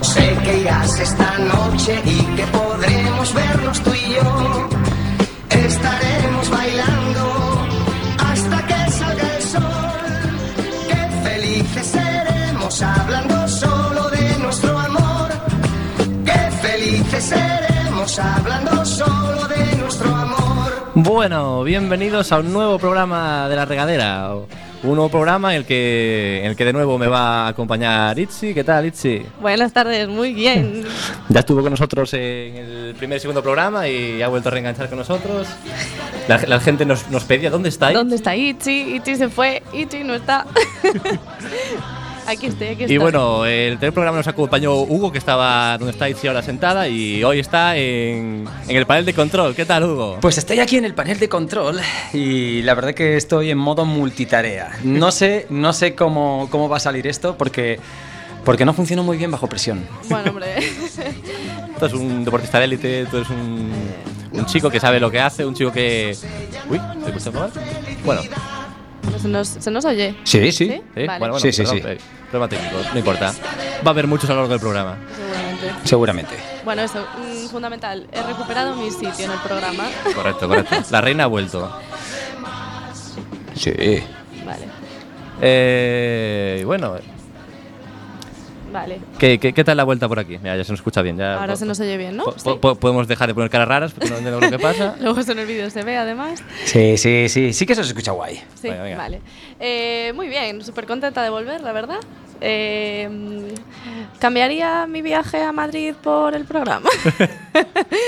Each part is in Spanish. Sé que irás esta noche y que podremos vernos tú y yo. Estaremos bailando hasta que salga el sol. Qué felices seremos hablando solo de nuestro amor. Qué felices seremos hablando solo de nuestro amor. Bueno, bienvenidos a un nuevo programa de La Regadera. Un nuevo programa en el que, en el que de nuevo me va a acompañar Itzi. ¿Qué tal, Itzi? Buenas tardes, muy bien. Ya estuvo con nosotros en el primer y segundo programa y ha vuelto a reenganchar con nosotros. La, la gente nos, nos pedía, ¿dónde está Itzi? ¿Dónde está Ichi? Ichi se fue, Ichi no está. aquí estoy, aquí estoy. Y bueno, el tercer programa nos acompañó Hugo, que estaba donde está Itzi ahora sentada, y hoy está en, en el panel de control. ¿Qué tal, Hugo? Pues estoy aquí en el panel de control y la verdad que estoy en modo multitarea. No sé, no sé cómo, cómo va a salir esto porque, porque no funciona muy bien bajo presión. Bueno, hombre. Tú eres un deportista de élite, tú eres un, un chico que sabe lo que hace, un chico que... Uy, ¿te escuchas mal? Bueno, sí, se, nos, se nos oye. Sí, sí. Vale. bueno, bueno, Sí, sí, perdón, sí. eh, problema técnico, no importa. Va a haber muchos a lo largo del programa. Seguramente. Seguramente. Bueno, eso, mm, fundamental. He recuperado mi sitio en el programa. Correcto, correcto. La reina ha vuelto. Sí. Vale, Eh, y bueno, vale. ¿qué, qué, qué tal la vuelta por aquí? Mira, ya se nos escucha bien. Ya Ahora se nos oye bien, ¿no? po- Sí. po- po- podemos dejar de poner caras raras porque no entendemos lo que pasa. Luego eso en el vídeo se ve, además. Sí, sí, sí. Sí que eso se escucha guay. Sí, Venga, venga. vale. Eh, muy bien, súper contenta de volver, la verdad. Eh, mm, cambiaría mi viaje a Madrid por el programa.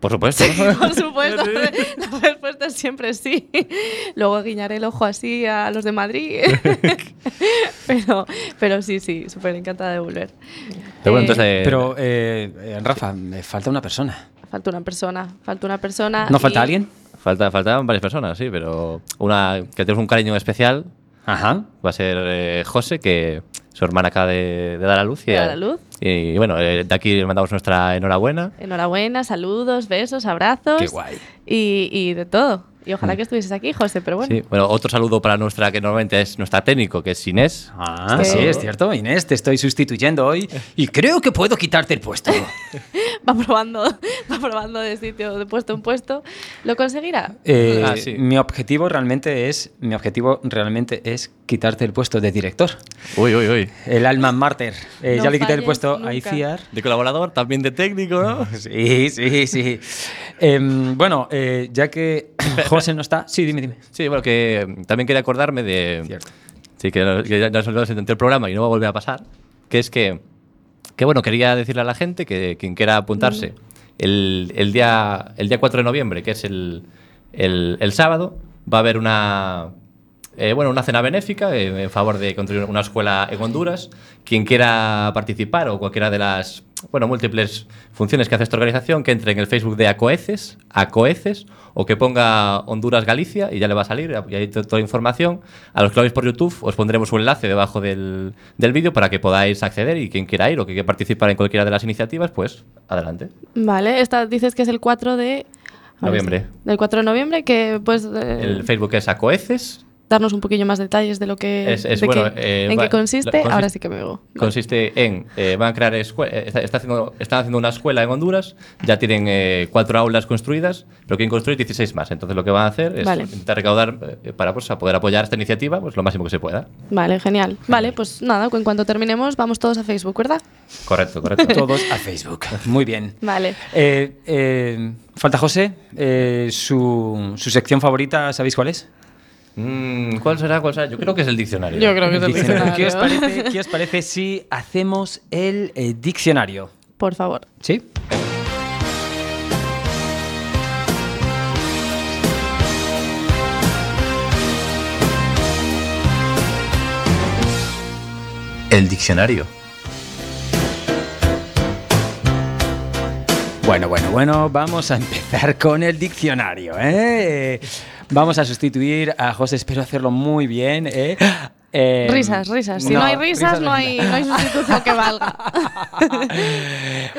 Por supuesto. Por supuesto, la respuesta siempre es sí. Luego guiñaré el ojo así a los de Madrid. pero, pero sí, sí, súper encantada de volver. Pero bueno, Eh, entonces, eh, Pero, eh, eh, Rafa, me falta una persona. Falta una persona, falta una persona. ¿No y- falta alguien? falta, faltaban varias personas, sí, pero una que tenemos un cariño especial Ajá. va a ser eh, José, que su hermana acaba de, de dar a luz. y- De dar a luz. Y bueno, eh, de aquí le mandamos nuestra enhorabuena. Enhorabuena, saludos, besos, abrazos. Qué guay. Y, y de todo. Y ojalá que estuvieses aquí, José, pero bueno. Mm. Sí, bueno, otro saludo para nuestra, que normalmente es nuestra técnico, que es Inés. Ah, Está sí, todo. es Eh. cierto. Inés, te estoy sustituyendo hoy y creo que puedo quitarte el puesto. va probando, va probando de sitio, de puesto en puesto, lo conseguirá. Eh, Ah, sí. Mi objetivo realmente es mi objetivo realmente es quitarte el puesto de director, Uy, uy, uy. el alma mártir. Eh, No ya le quité el falles puesto nunca. a Iciar. De colaborador, también de técnico, ¿no? Sí, sí, sí. Em, bueno, eh, ya que José no está, sí, dime, dime. Sí, bueno, que mm, también quería acordarme de. Cierto. Sí, que, no- que ya nos olvidamos en el programa y no va a volver a pasar. Que es que. Que bueno, quería decirle a la gente que quien quiera apuntarse el, el día, el día 4 de noviembre, que es el, el- el sábado, va a haber una. eh, bueno, una cena benéfica eh, en favor de construir una escuela en Honduras. Quien quiera participar o cualquiera de las bueno, múltiples funciones que hace esta organización, que entre en el Facebook de Acoeces, Acoeces, o que ponga Honduras Galicia y ya le va a salir, y ahí to- toda la información. A los que lo veis por YouTube os pondremos un enlace debajo del, del vídeo para que podáis acceder y quien quiera ir o que quiera participar en cualquiera de las iniciativas, pues adelante. Vale, esta dices que es el 4 de Noviembre. Del 4 de noviembre, que pues eh, El Facebook es Acoeces, darnos un poquillo más detalles de lo que Es- es de bueno, qué- eh, en va- qué consiste. lo- consiste- Ahora sí que me veo. consiste en eh, van a crear escue- eh, está, está haciendo, están haciendo una escuela en Honduras ya tienen eh, cuatro aulas construidas pero quieren construir 16 más entonces lo que van a hacer es Vale. intentar recaudar eh, para pues, a poder apoyar esta iniciativa pues lo máximo que se pueda Vale, genial. Vale, pues nada, en cuanto terminemos vamos todos a Facebook, ¿verdad? correcto correcto Todos a Facebook. Muy bien. Vale. Eh, eh, falta José. Eh, su, su sección favorita, ¿sabéis cuál es? Mm, ¿cuál será cuál será yo creo que es el diccionario que se ¿Qué os, parece, qué os parece si hacemos el eh, diccionario? Por favor. ¿Sí? El diccionario. Bueno, bueno, bueno, vamos a empezar con el diccionario. ¿eh? Vamos a sustituir a José, espero hacerlo muy bien. ¿eh? Eh, risas, risas. Si no, hay risas, no, hay, no hay sustitución que valga.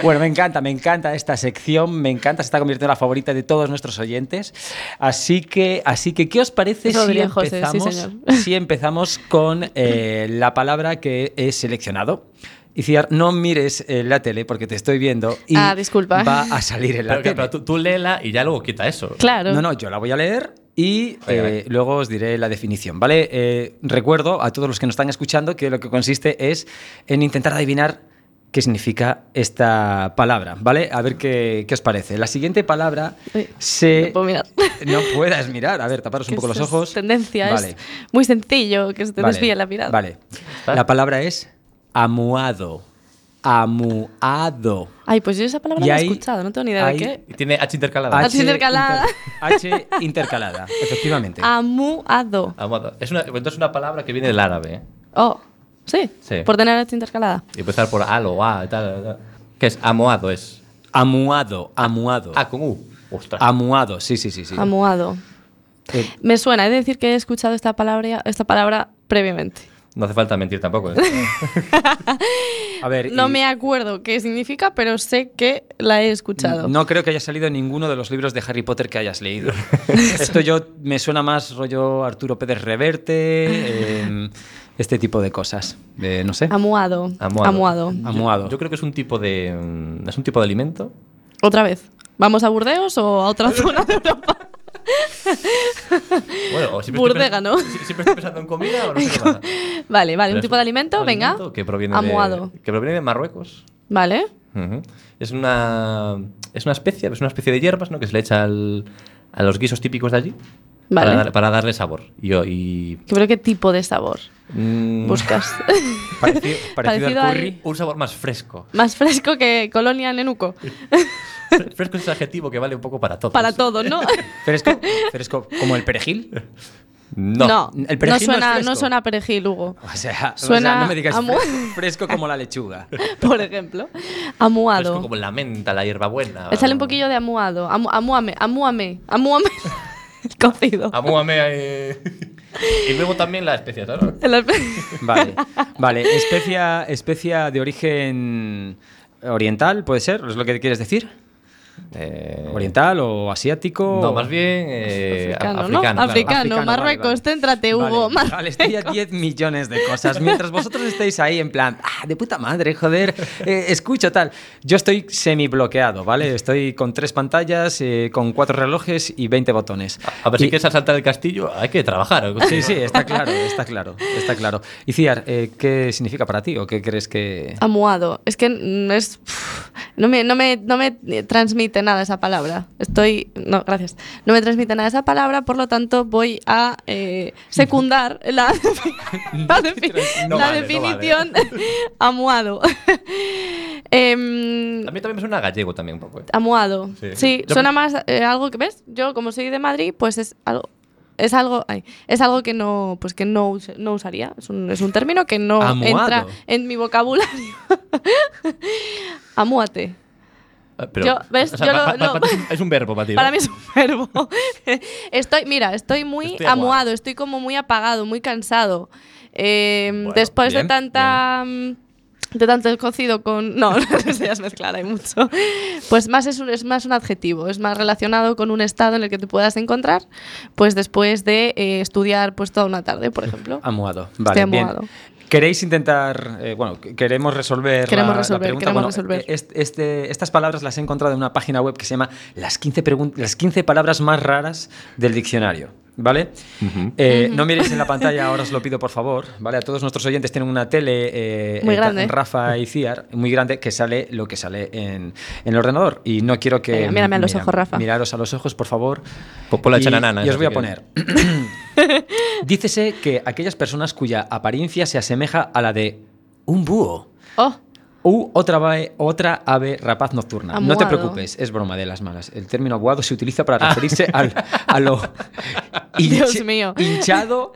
Bueno, me encanta, me encanta esta sección, me encanta, se está convirtiendo en la favorita de todos nuestros oyentes. Así que, así que ¿qué os parece Eso si diría José, sí, empezamos, señor. si empezamos con eh, la palabra que he seleccionado? Iciar, no mires eh, la tele porque te estoy viendo y Ah, disculpa. va a salir en la Pero, que- tele. pero tú, tú léela y ya luego quita eso. Claro. No, no, yo la voy a leer y Venga, eh, venga. luego os diré la definición, ¿vale? Eh, recuerdo a todos los que nos están escuchando que lo que consiste es en intentar adivinar qué significa esta palabra, ¿vale? A ver qué, qué os parece. La siguiente palabra Uy, se... no puedo mirar. No puedas mirar, a ver, taparos Eh, un poco los ojos. Tendencia, Vale, es muy sencillo que se te vale, desvíe la mirada. Vale. La palabra es amuado. Amuado. Ay, pues yo esa palabra Y la he ahí- escuchado, no tengo ni idea ahí- de qué. Y tiene H intercalada. H- intercalada. Ah, inter- H intercalada, efectivamente. Amuado. Ah, bueno, Es una, entonces es una palabra que viene del árabe. ¿eh? Oh, sí, Sí. por tener esta intercalada. Y empezar por al o a y tal, tal. ¿Qué es? Amoado es. Amuado, amuado. A Ah, con U. Ah, Ostras. Amuado, sí, sí, sí. sí. Amuado. Eh, Me suena, he de decir que he escuchado esta palabra, esta palabra previamente. No hace falta mentir tampoco. ¿eh? a ver, No y- me acuerdo qué significa, pero sé que la he escuchado. no creo que haya salido en ninguno de los libros de Harry Potter que hayas leído. Esto yo me suena más rollo Arturo Pérez Reverte, em, este tipo de cosas. Eh, no sé. Amuado. Amuado. Am- Amuado. Yo creo que es un tipo de. mm, Es un tipo de alimento. Otra vez. ¿Vamos a Burdeos o a otra zona de Europa? Bueno, o siempre Burdega, estoy ¿no? pensando, si- siempre estoy pensando en comida o no sé qué pasa. Vale, vale. Pero Un es tipo de alimento, venga. alimento Que proviene Amuado. De, que proviene de Marruecos. Vale. Ujú. Es una. Es una especie, es una especie de hierbas, ¿no? Que se le echa al- a los guisos típicos de allí. Vale. Para, dar- para darle sabor. Y, y Yo creo que tipo de sabor mm, buscas. Parecido, parecido Parecido al al- curry. un sabor más fresco. Más fresco que Colonia Nenuco. Fresco es ese adjetivo que vale un poco para todo. Para todo, ¿no? Fresco, fresco, como el perejil. No. el perejil no es suena, fresco. suena perejil, Hugo. O sea, o Suena sea, no me digas amu- fre- fresco como la lechuga. Por ejemplo. Fresco Amuado. como la menta, la hierbabuena. Me sale un poquillo de amuado. Amu- amuame, amuame, amuame. El cocido. Amúame. eh. y luego también la especia, ¿sabes? El alpe- Vale, vale. Especia, especia de origen oriental, puede ser, es lo que quieres decir. Eh, Oriental o asiático. No, o- más bien eh, africano, africano. ¿no? claro. Africano. vale, Marruecos, vale. céntrate, Vale, Hugo, vale, estoy a Marruecos. 10 millones de cosas. Mientras vosotros estáis ahí en plan, ah, de puta madre, joder, eh, escucho tal. Yo estoy semi bloqueado, ¿vale? Estoy con tres pantallas, eh, con cuatro relojes y 20 botones. A ver si Y- quieres asaltar el castillo, hay que trabajar. Sí, sí, está claro, está claro, está claro. Y Ciar, eh, ¿qué significa para ti o qué crees que...? Amuado. Es que no es. No me, no, me, no me transmite nada esa palabra. Estoy. No, gracias. No me transmite nada esa palabra, por lo tanto, voy a eh, secundar la, la defi- No la vale, no definición amuado. Em, A mí también me suena a gallego también un poco. eh. Amuado. Sí, Sí. Yo suena pe- más eh, algo que ves. Yo como soy de Madrid, pues es algo es algo ay, es algo que no pues que no, us- no usaría. Es un, es un término que no Amuado. entra en mi vocabulario. Amúate. Ah, Pero, Yo- ¿ves? o sea, Yo pa- lo- pa- lo- pa- es un- es un verbo para ti. ¿no? Para mí es un verbo. estoy, mira, estoy muy Estoy amuado. amuado. estoy como muy apagado, muy cansado. Eh, Bueno, después de bien, tanta mm, de tanto cocido con no, no seas mezclar, hay mucho. Pues más es un, es más un adjetivo, es más relacionado con un estado en el que te puedas encontrar, pues después de eh, estudiar pues toda una tarde, por ejemplo. Amuado. Vale, bien. amuado. ¿Queréis intentar, eh, bueno, que- queremos resolver la- Queremos la, resolver, pregunta? queremos Bueno, resolver. eh, est- este- estas palabras las he encontrado en una página web que se llama Las 15, pregun- las 15 palabras más raras del diccionario. ¿Vale? Eh, No miréis en la pantalla, ahora os lo pido por favor. ¿Vale? A todos nuestros oyentes tienen una tele eh, Muy eh, ta- grande. Rafa y Ciar, muy grande, que sale lo que sale en, en el ordenador. Y no quiero que. Venga, mírame a los ojos, Rafa. Miraros a los ojos, por favor. Po- ponla Y- Pues chananana, Y os esa, voy a si poner. quieres. Dícese que aquellas personas cuya apariencia se asemeja a la de un búho Oh, u otra ave, otra ave rapaz nocturna. No te Amuado. preocupes, es broma de las malas. El término aguado se utiliza para referirse al, a lo hinche- Dios mío. Oh. hinchado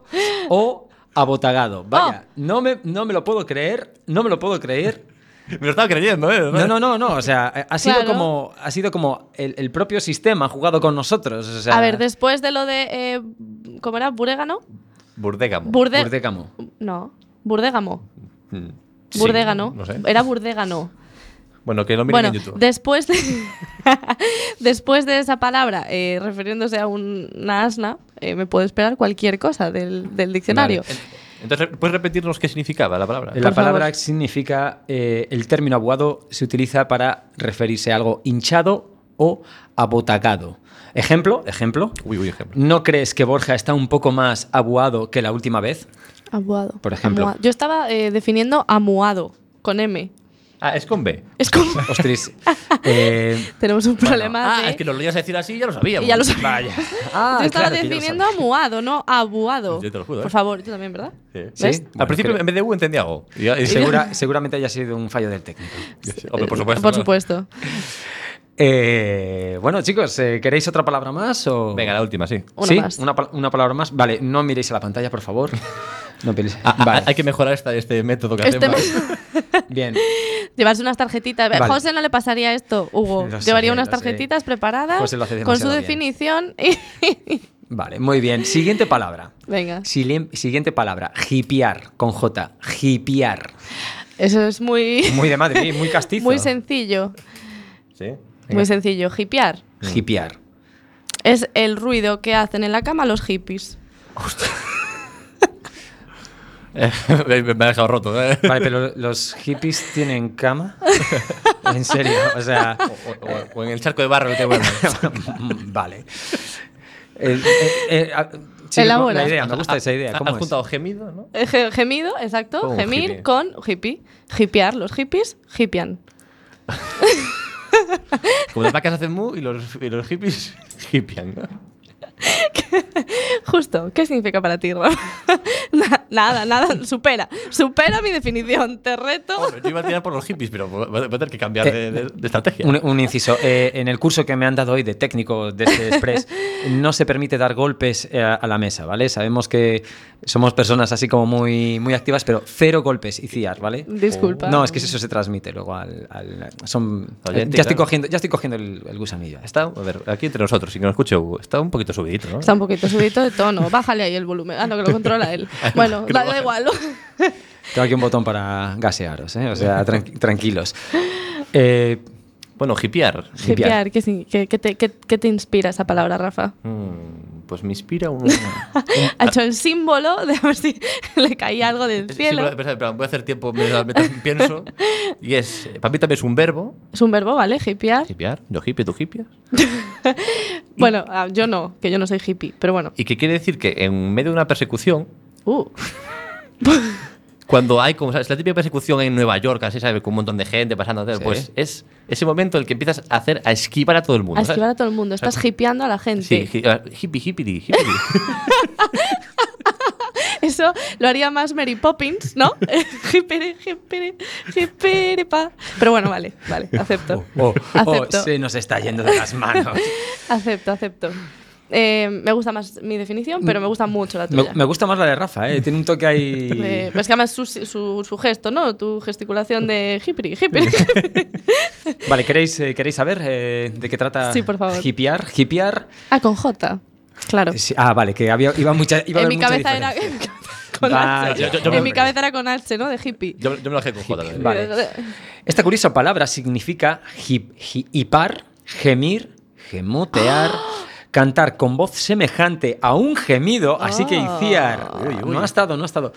o abotagado. Vaya, no, me, no me lo puedo creer, no me lo puedo creer. Me lo estaba creyendo, ¿eh? No, no, no, no. O sea, eh, ha sido Claro. como, ha sido como el, el propio sistema jugado con nosotros. O sea, a ver, después de lo de eh, ¿cómo era? Burégano? Burdégamo. Burde Burdegamo. No, burdégamo. Mm, sí, Burdégano. no sé. Era burdégano. Bueno, que lo miren Bueno, en YouTube. después de, después de esa palabra, eh, refiriéndose a un- una asna, eh, me puedo esperar cualquier cosa del, del diccionario. Entonces, ¿puedes repetirnos qué significaba la palabra? La Por palabra favor. significa, eh, el término abuado se utiliza para referirse a algo hinchado o abotagado. Ejemplo, ejemplo. Uy, uy, ejemplo. ¿No crees que Borja está un poco más abuado que la última vez? Amuado. Por ejemplo. Amuado. Yo estaba eh, definiendo amuado con M. Ah, es con B. Es como. Ostris. eh, tenemos un problema. Ah, de- es que nos lo ibas a decir así y ya lo sabíamos. Y ya lo sabía. vaya. Ah, yo estaba claro que ya lo definiendo sabía. amuado, no abuado. Yo te lo juro, Por ¿eh? favor, tú también, ¿verdad? Sí. Sí. ¿Ves? Al Bueno, principio, creo- en vez de U, entendía O. Y ya- y Segura- seguramente haya sido un fallo del técnico. Hombre, por supuesto. Por ¿no? supuesto. Eh, bueno, chicos, eh, ¿queréis otra palabra más? O... Venga, la última, sí. Una ¿Sí? más. Una, pal- una palabra más. Vale, no miréis a la pantalla, por favor. No miréis. Ah, ah, Vale, Hay que mejorar esta- este método que Este hacemos. bien. Llevarse unas tarjetitas. A Vale. José no le pasaría esto, Hugo. Lo sé, Llevaría unas lo sé. tarjetitas preparadas José lo hace con su demasiado bien. definición y. Vale, muy bien. Siguiente palabra. Venga. Silien- Siguiente palabra. Hipiar, con J. Hipiar. Eso es muy. Muy de Madrid, muy castizo. Muy sencillo. Sí. Muy sencillo. Hipear. Hipiar. Es el ruido que hacen en la cama los hippies. Eh, me, me ha dejado roto. ¿eh? Vale, pero los hippies tienen cama. En serio, o sea. O, o en el charco de barro el que vuelve. vale. El- eh, eh, ah, sigue con Elabora. la idea, me gusta esa idea. ¿Cómo Has es? juntado gemido, ¿no? Eh, ge- Gemido, exacto. Con Gemir hippie. con hippie. Hipear. Los hippies hipian. Como las vacas hacen mu y los, y los hippies hippian. ¿no? Justo. ¿Qué significa para ti, Rafa? Na- Nada, nada. Supera. Supera mi definición. Te reto. Hombre, yo iba a tirar por los hippies, pero voy a voy a tener que cambiar de, de- de estrategia. Un, un inciso. Eh, en el curso que me han dado hoy de técnico de este Express, no se permite dar golpes eh, a la mesa, ¿vale? Sabemos que somos personas así como muy, muy activas, pero cero golpes y ciar, ¿vale? Disculpa. No, es que eso se transmite luego al. al- son, eh, Al oyente, ya, estoy claro. cogiendo, ya estoy cogiendo el, el gusanillo. Está, a ver, aquí entre nosotros, sin que nos escuche Hugo, está un poquito subidito, ¿no? Está un poquito subidito de tono. Bájale ahí el volumen. Ah, no, que lo controla él. Bueno, Que lo da, da baje. igual. Tengo aquí un botón para gasearos, ¿eh? O sea, tranqui- tranquilos. Eh, Bueno, hippiar. Hipear. Hipear. ¿Qué, sin- qué- qué te, qué- qué te inspira esa palabra, Rafa? Mm, pues me inspira un... Ha hecho el símbolo de a ver si le caía algo del Sí, cielo. pero- pero- pero voy a hacer tiempo mientras mientras pienso. Y es, eh, para mí también es un verbo. Es un verbo, ¿vale? Hipear. Hippiar, yo hippie, tú hippias. Bueno, ah, yo no, que yo no soy hippie, pero bueno. Y que quiere decir que en medio de una persecución, Uh, cuando hay como, ¿sabes? La típica persecución en Nueva York, así, ¿sabes? Con un montón de gente pasando, tal, Sí. pues es ese momento en el que empiezas a hacer, a esquivar a todo el mundo. a ¿sabes? esquivar a todo el mundo. Estás hipeando a la gente. Sí, hi- ah, hippie, hippie, hippie. Eso lo haría más Mary Poppins, ¿no? hippie, hippie, hippie, pa. Pero bueno, vale, vale, acepto. oh, oh, Acepto. se nos está yendo de las manos. Acepto, acepto. Eh, me gusta más mi definición, pero me gusta mucho la Me, tuya. me gusta más la de Rafa, ¿eh? Tiene un toque ahí. Eh, es que además su, su, su gesto, ¿no? Tu gesticulación de hippie, hippie. Vale, ¿queréis, eh, ¿queréis saber eh, de qué trata Sí, por favor. hipiar? hipiar? ah, con J. Claro. Sí, ah, vale, que había, iba, mucha, iba a en haber mi mucha cabeza era diferencia. con Vaya, H. yo- yo me- en mi cabeza era con H, ¿no? De hippie. Yo, yo me lo dejé con J. también. Vale. Esta curiosa palabra significa hip- hi- hipar, gemir, gemotear, cantar con voz semejante a un gemido, así que Ah. hiciar. No ha estado, no ha estado.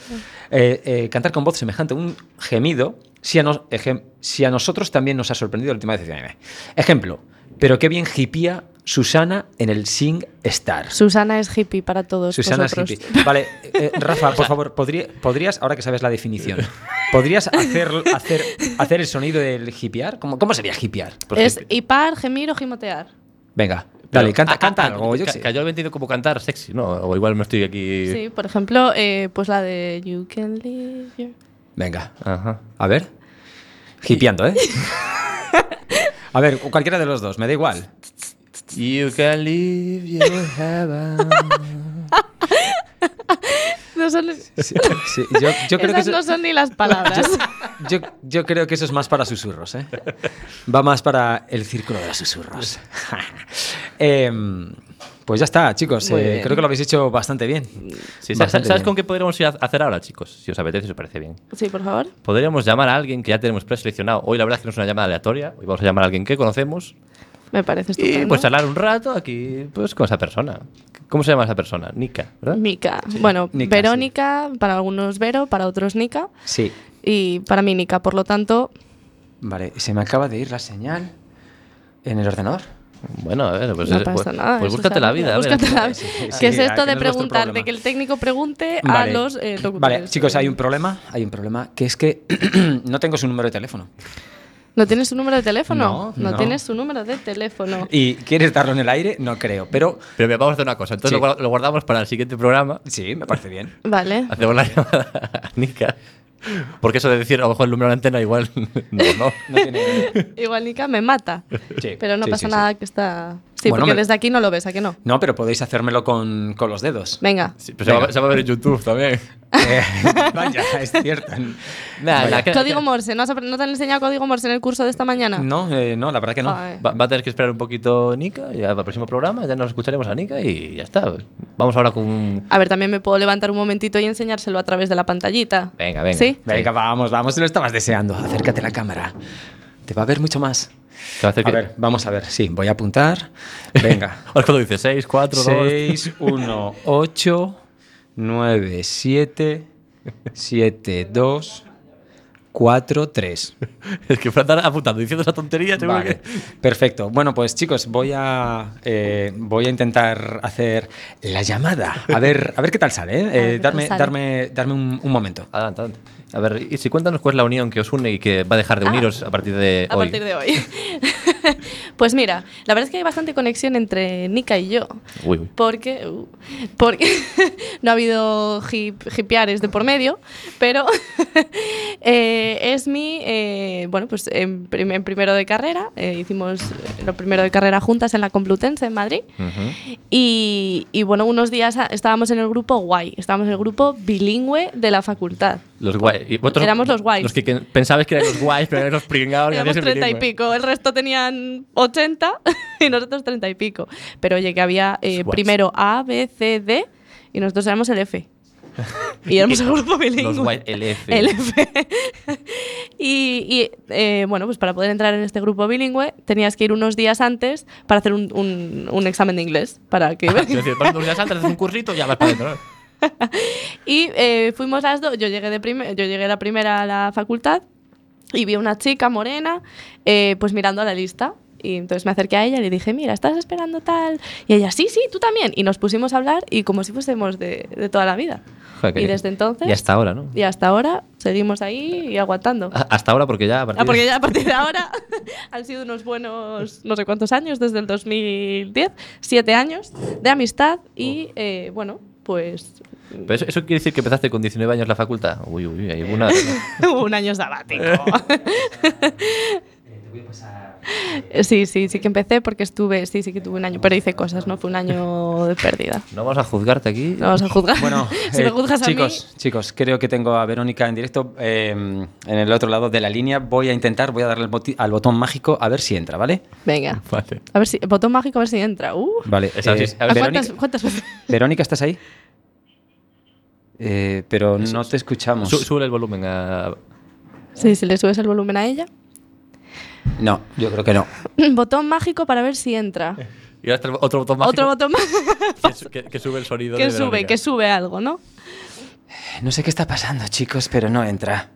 Eh, eh, cantar con voz semejante a un gemido, si a, nos- ejem- si a nosotros también nos ha sorprendido la última vez. Ejemplo, pero qué bien hipía Susana en el Sing Star. Susana es hippie para todos. Susana vosotros. Hippie. Vale, eh, Rafa, por favor, ¿podría- podrías, ahora que sabes la definición, ¿podrías hacer, hacer, hacer el sonido del hipiar? ¿Cómo, cómo sería hipiar? Por es hippie. hipar, gemir o gimotear. Venga, Pero- dale, canta, ah, canta ah, algo, yo ca- qué sé. que yo lo he entendido como cantar sexy, ¿no? O igual me estoy aquí... Sí, por ejemplo, eh, pues la de You can live your- Venga, Ajá. a ver. Hipiando, ¿eh? A ver, cualquiera de los dos, me da igual. You can leave your heaven. No son, Sí, sí, yo, yo creo que esas eso, no son ni las palabras. yo, yo creo que eso es más para susurros, ¿eh? Va más para el círculo de los susurros. Em, pues ya está, chicos. Muy eh, bien. creo que lo habéis hecho bastante bien. Sí, ¿Sabes Bastante sabes bien. con qué podríamos ir a hacer ahora, chicos? Si os apetece, si os parece bien. sí, por favor. Podríamos llamar a alguien que ya tenemos preseleccionado. Hoy la verdad es que no es una llamada aleatoria. Hoy vamos a llamar a alguien que conocemos Me parece y estupendo. pues hablar un rato aquí pues con esa persona. ¿Cómo se llama esa persona? Nika, ¿verdad? Mica. Bueno, Nica, Verónica, para algunos Vero, para otros Nica. Sí. Y para mí Nica, por lo tanto, Vale, se me acaba de ir la señal en el ordenador. Bueno, a ver, pues, no es- pasa pues- nada. pues eso búscate está la vida. a ver. Búscate la vida. Sí, sí, ¿Qué es esto sí, aquí de no es nuestro preguntar? De problema. que el técnico pregunte a los eh, locutores. vale, chicos, hay un problema, hay un problema, que es que no tengo su número de teléfono. ¿No tienes su número de teléfono? No, no. tienes su número de teléfono. ¿Y quieres darlo en el aire? No creo, pero Pero mira, vamos a hacer una cosa. Entonces Sí. lo guarda- lo guardamos para el siguiente programa. sí, me parece bien. Vale. Hacemos la llamada a Nika. Porque eso de decir, a lo mejor el número de la antena igual no, no. No tiene... Igual Nica me mata. Sí, Pero no sí, pasa sí, sí. nada que está. Sí, Bueno, porque me- desde aquí no lo ves, ¿a que no? No, pero podéis hacérmelo con, con los dedos. Venga. Sí, pero se, va, Venga. se va a ver en YouTube también. Eh, vaya, es cierto. Nah, nah, Vaya. que- Código Morse, ¿no, has apre- no te han enseñado código Morse en el curso de esta mañana? No, eh, no, la verdad que no. Ay. Va, va a tener que esperar un poquito Nika, ya para el próximo programa, ya nos escucharemos a Nika y ya está. Vamos ahora con... A ver, también me puedo levantar un momentito y enseñárselo a través de la pantallita. Venga, venga. ¿Sí? Venga, Sí. vamos, vamos, lo estabas deseando. Acércate a la cámara. Te va a ver mucho más. Que va a hacer A que- ver, vamos a ver. Sí, voy a apuntar. Venga. Ahora cuando dice 6, 4, 6, 1, 8, 9, 7, 7, 2, 4, 3. 2... Es que Fran está apuntando, diciendo esa tontería, seguro Vale, que... perfecto. Bueno, pues chicos, voy a, eh, voy a intentar hacer la llamada. A ver, a ver qué tal sale. ¿eh? Eh, qué tal darme, sale. darme, darme un, un momento. Adelante, adelante. A ver, y si cuéntanos cuál es la unión que os une y que va a dejar de Ah. uniros a partir de A hoy. partir de hoy. pues mira, la verdad es que hay bastante conexión entre Nika y yo. Uy, uy. Porque, uh, porque no ha habido hip, hipiares de por medio, pero eh, es mi, eh, bueno, pues en, prim- en primero de carrera, eh, hicimos lo primero de carrera juntas en la Complutense en Madrid, Ujú. y, y, bueno, unos días a- estábamos en el grupo guay, estábamos en el grupo bilingüe de la facultad. Los guays. Y vosotros- Éramos los guays. Los que, que pensabais que eran los guays, pero eran los pringados. que Éramos hacíais el 30 y bilingüe. pico, el resto tenían 80 y nosotros 30 y pico. Pero oye, que había eh, Guays. primero A, B, C, D y nosotros éramos el F. Y éramos el grupo bilingüe. Los eh, guays, el F. El F. y y, eh, bueno, pues para poder entrar en este grupo bilingüe tenías que ir unos días antes para hacer un, un- un examen de inglés. Para que... Quiero decir, vas dos días antes, haces un currito y ya vas para adentro. ¿no? Y eh, fuimos las dos. Yo llegué, de prime- yo llegué la primera a la facultad y vi a una chica morena, eh, pues mirando la lista. Y entonces me acerqué a ella y le dije, mira, estás esperando tal. Y ella, sí, sí, tú también. Y nos pusimos a hablar y como si fuésemos de, de toda la vida. Joder, que- Y desde entonces- Y hasta ahora, ¿no? Y hasta ahora seguimos ahí y aguantando. A- Hasta ahora, porque ya. a partir Ah, porque de- ya a partir de ahora han sido unos buenos, no sé cuántos años, desde el 2010, siete años de amistad y, eh, bueno, pues Oh. Pero eso, eso quiere decir que empezaste con 19 años la facultad. Uy, uy, hay una. un año sabático. Sí, sí, sí que empecé porque estuve, sí, sí que tuve un año, pero hice cosas, no fue un año de pérdida. No vamos a juzgarte aquí. No vas a juzgar. Bueno, si eh, me juzgas a chicos, chicos, creo que tengo a Verónica en directo eh, en el otro lado de la línea. Voy a intentar, voy a darle al boti- al botón mágico a ver si entra, ¿vale? mí, venga. Vale. A ver si botón mágico a ver si entra. Uh. Vale. Es así, eh, a ¿A ver, cuántas, Verónica, cuántas veces? Verónica, ¿estás ahí? Eh, pero no te escuchamos. Su- sube el volumen a. Sí, si le subes el volumen a ella. No, yo creo que no. Botón mágico para ver si entra. Y ahora está el- otro botón mágico. Otro botón mágico que su- Que, que sube el sonido. que de sube, Verónica. que sube algo, ¿no? No sé qué está pasando, chicos, pero no entra.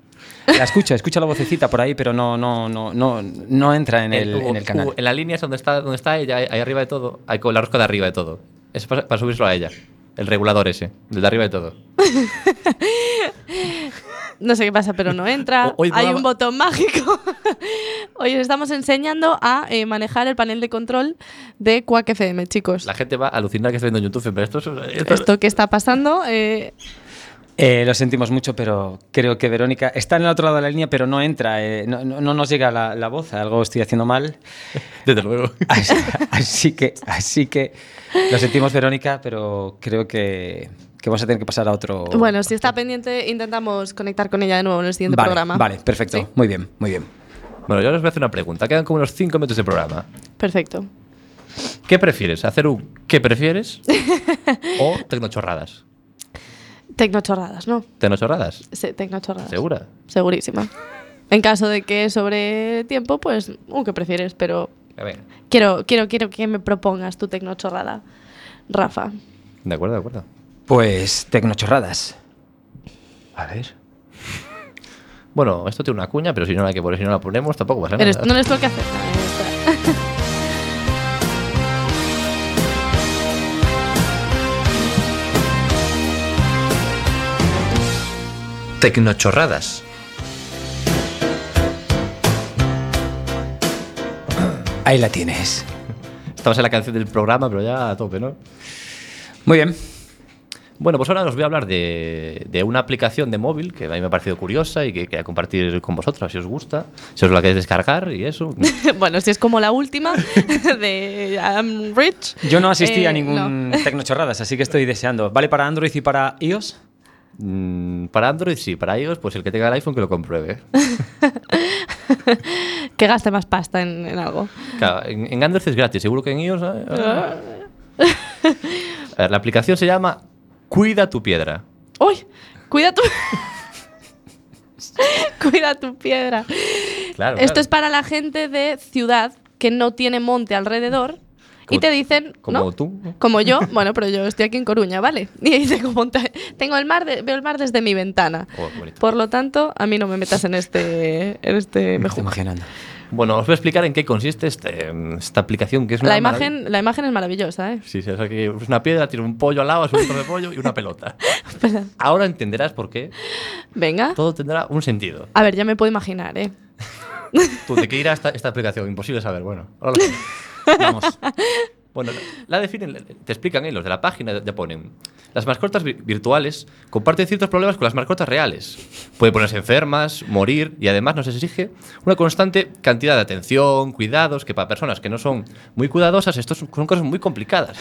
La escucha, escucha la vocecita por ahí, pero no, no, no, no, no entra en el, Hugo, en el canal. Hugo, en la línea es donde está, donde está ella, ahí arriba de todo. Hay con la rosca de arriba de todo. Es para, para subírselo a ella. El regulador ese, el de arriba de todo. No sé qué pasa, pero no entra. O- hoy el Hay programa- un botón mágico. Hoy os estamos enseñando a eh, manejar el panel de control de Quack FM, chicos. La gente va a alucinar que está viendo en YouTube, pero esto es. esto- Esto que está pasando, eh, Eh, lo sentimos mucho, pero creo que Verónica está en el otro lado de la línea, pero no entra, eh, no, no- no nos llega la, la voz, algo estoy haciendo mal. Desde luego. Así, así que, así que lo sentimos, Verónica, pero creo que, que vamos a tener que pasar a otro. bueno, si está pendiente, intentamos conectar con ella de nuevo en el siguiente vale, programa. Vale, perfecto, Sí. muy bien, muy bien. Bueno, yo ahora os voy a hacer una pregunta. Quedan como unos 5 minutos de programa. Perfecto. ¿Qué prefieres? ¿Hacer un qué prefieres? ¿O tecnochorradas? Tecnochorradas, ¿no? ¿Tecnochorradas? Sí, tecnochorradas. ¿Segura? Segurísima. En caso de que sobre tiempo, pues, uh, ¿qué prefieres? Pero A ver. quiero, quiero, quiero que me propongas tu tecnochorrada, Rafa. De acuerdo, de acuerdo. Pues tecnochorradas. A ver. Bueno, esto tiene una cuña, pero si no la, que, si no la ponemos tampoco pasa nada. Pero esto no les tengo que hacer nada. ya está. Tecnochorradas. Ahí la tienes. Estamos en la canción del programa, pero ya a tope, ¿no? Muy bien. Bueno, pues ahora os voy a hablar de, de una aplicación de móvil que a mí me ha parecido curiosa y que quería compartir con vosotros si os gusta, si os la queréis descargar y eso. bueno, si es como la última de I'm Rich. Yo no asistí eh, a ningún no. tecnochorradas, así que estoy deseando. ¿Vale para Android y para iOS? Mm, para Android sí, para iOS, pues el que tenga el iPhone que lo compruebe. Que gaste más pasta en, en algo. Claro, en, en Android es gratis, seguro que en iOS. eh, ah. A ver, la aplicación se llama Cuida tu piedra. ¡Uy! Cuida tu. Cuida tu piedra. Claro. Esto claro. es para la gente de ciudad que no tiene monte alrededor y Como- te dicen. como ¿no? tú. Como yo. Bueno, pero yo estoy aquí en Coruña, ¿vale? Y ahí tengo monte. Tengo el mar, de- veo el mar desde mi ventana. Oh, qué bonito. Por lo tanto, a mí no me metas en este. En este estoy imaginando. Bueno, os voy a explicar en qué consiste este, mm, esta aplicación que es una La marav- imagen, la imagen es maravillosa, ¿eh? Sí, sí, o sea, que es una piedra, tiene un pollo al lado, es un trozo de pollo y una pelota. Ahora entenderás por qué. Venga. Todo tendrá un sentido. A ver, ya me puedo imaginar, ¿eh? Tú, ¿De qué irá esta, esta aplicación? Imposible saber. Bueno, ahora lo sé. Vamos. Bueno, la definen, te explican en los de la página, te ponen. Las mascotas vi- virtuales comparten ciertos problemas con las mascotas reales. Pueden ponerse enfermas, morir y además nos exige una constante cantidad de atención, cuidados, que para personas que no son muy cuidadosas, esto son son cosas muy complicadas.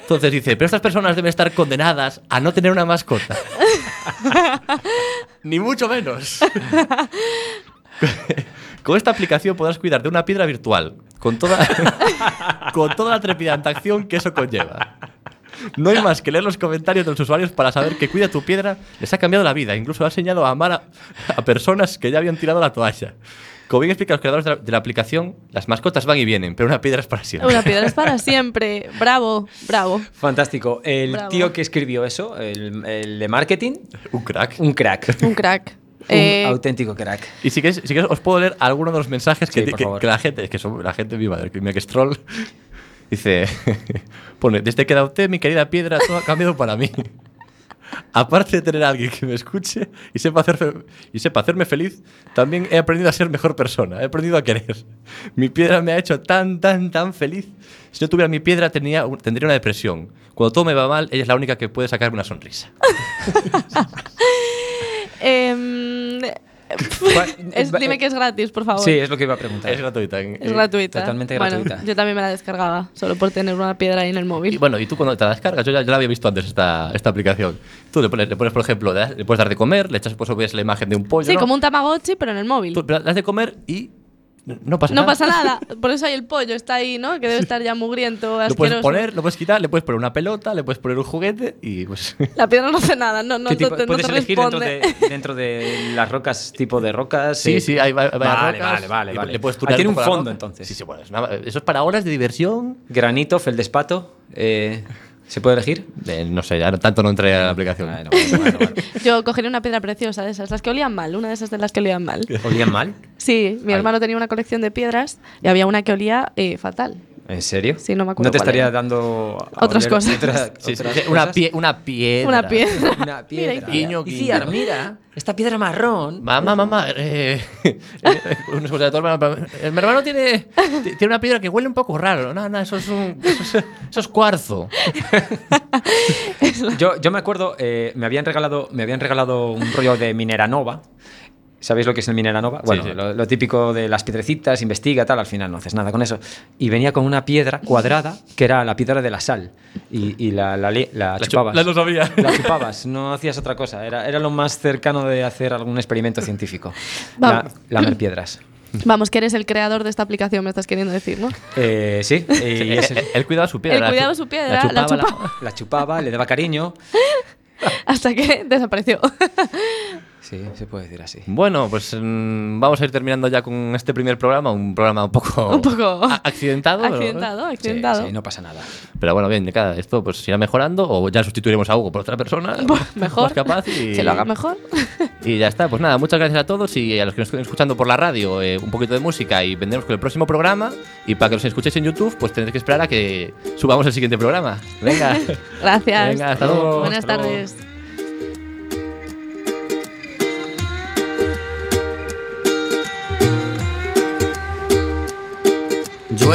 Entonces dice, pero estas personas deben estar condenadas a no tener una mascota. Ni mucho menos. Con esta aplicación podrás cuidar de una piedra virtual, con toda, con toda la trepidante acción que eso conlleva. No hay más que leer los comentarios de los usuarios para saber que Cuida tu piedra les ha cambiado la vida. Incluso ha enseñado a amar a, a personas que ya habían tirado la toalla. Como bien explican los creadores de la, de la aplicación, las mascotas van y vienen, pero una piedra es para siempre. Una piedra es para siempre. Bravo, bravo. Fantástico. El Bravo. tío que escribió eso, el, el de marketing, Un crack. un crack. Un crack. Eh, Un auténtico crack. Y si queréis, si queréis os puedo leer algunos de los mensajes que, Sí, te- por que- favor. que la gente, es que son la gente, mi madre, que mira que es troll. Dice, pone, desde que adopté mi querida piedra, todo ha cambiado para mí. Aparte de tener a alguien que me escuche y sepa, hacer- y sepa hacerme feliz, también he aprendido a ser mejor persona, he aprendido a querer. Mi piedra me ha hecho tan, tan, tan feliz. Si no tuviera mi piedra, tenía, un- tendría una depresión. Cuando todo me va mal, ella es la única que puede sacarme una sonrisa. em, es- dime que es gratis, por favor. Sí, es lo que iba a preguntar. Es gratuita. en- Es gratuita. Totalmente Bueno, gratuita. yo también me la descargaba, solo por tener una piedra ahí en el móvil. Y bueno, y tú cuando te la descargas, yo ya, yo la había visto antes esta, esta aplicación. Tú le pones, le pones, por ejemplo, le das- le puedes dar de comer, le echas, pues ves la imagen de un pollo. sí, ¿no? como un Tamagotchi, pero en el móvil. Tú le das de comer y no pasa no nada. pasa nada. Por eso hay el pollo, está ahí, ¿no? Que debe estar ya mugriento, Lo puedes asqueroso. poner, lo puedes quitar, le puedes poner una pelota, le puedes poner un juguete y pues. La piedra no hace nada, no, no, ¿Qué no tipo- te, no ¿Puedes te elegir dentro responde. de, dentro de las rocas, tipo de rocas? Sí, sí, hay, va- hay varias vale, rocas, vale, vale, y vale. Le puedes Ah, tunear tiene un poco la fondo, roca. entonces. Sí, sí, bueno, es una- eso es para horas de diversión. Granito, feldespato, eh, ¿se puede elegir? Eh, no sé, ya no- tanto no entré a la aplicación. Bueno, bueno, bueno, bueno. Yo cogería una piedra preciosa de esas, las que olían mal, una de esas de las que olían mal. ¿Olían mal? Sí, mi Ay. hermano tenía una colección de piedras y había una que olía eh, fatal. ¿En serio? Sí, no me acuerdo te cuál estaría era. dando... a Otras oler cosas. otra- Sí, sí, otras sí, una, cosas? pie- una piedra. Una piedra. Una piedra. Mira, guiño, guiño. Iciar, mira, esta piedra marrón. Mamá, mamá, eh, eh, eh, un escucha de tu hermano, pero, eh, mi hermano tiene, ti- tiene una piedra que huele un poco raro. No, no, eso es, un, eso es, eso es cuarzo. Yo, yo me acuerdo, eh, me, habían regalado, me habían regalado un rollo de Mineranova. ¿Sabéis lo que es el Mineranova? Bueno, sí. Lo, lo típico de las piedrecitas, investiga, tal, al final no haces nada con eso. Y venía con una piedra cuadrada que era la piedra de la sal. Y, y la, la, li- la La chu- chupabas. la no sabía. La chupabas, no hacías otra cosa. Era, era lo más cercano de hacer algún experimento científico. La, Vamos. lamer piedras. Vamos, que eres el creador de esta aplicación, me estás queriendo decir, ¿no? Eh, sí, y Él, eso- él cuidaba su piedra. Él la chu- cuidaba su piedra, la chupaba. la chupaba, le daba cariño. Hasta que desapareció. Sí, se puede decir así. Bueno, pues mm, vamos a ir terminando ya con este primer programa, un programa un poco, Un poco a- accidentado. pero- accidentado, Sí, accidentado. sí, no pasa nada. Pero bueno, bien, de cada esto pues irá mejorando o ya sustituiremos a Hugo por otra persona Pues mejor. más capaz y, Que lo haga mejor. y ya está. Pues nada, muchas gracias a todos y a los que nos estén escuchando por la radio eh, un poquito de música y vendremos con el próximo programa y para que los escuchéis en YouTube pues tendréis que esperar a que subamos el siguiente programa. Venga, Gracias. venga, hasta luego. Buenas Hasta luego. tardes. Yo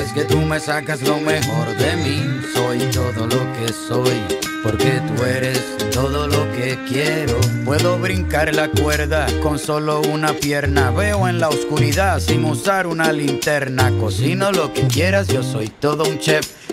Es que tú me sacas lo mejor de mí. Soy todo lo que soy. Porque tú eres todo lo que quiero. Puedo brincar la cuerda con solo una pierna. Veo en la oscuridad sin usar una linterna. Cocino lo que quieras, yo soy todo un chef.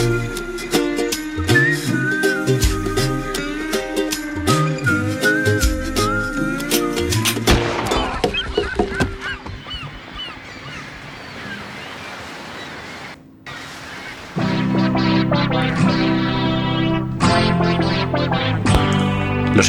Los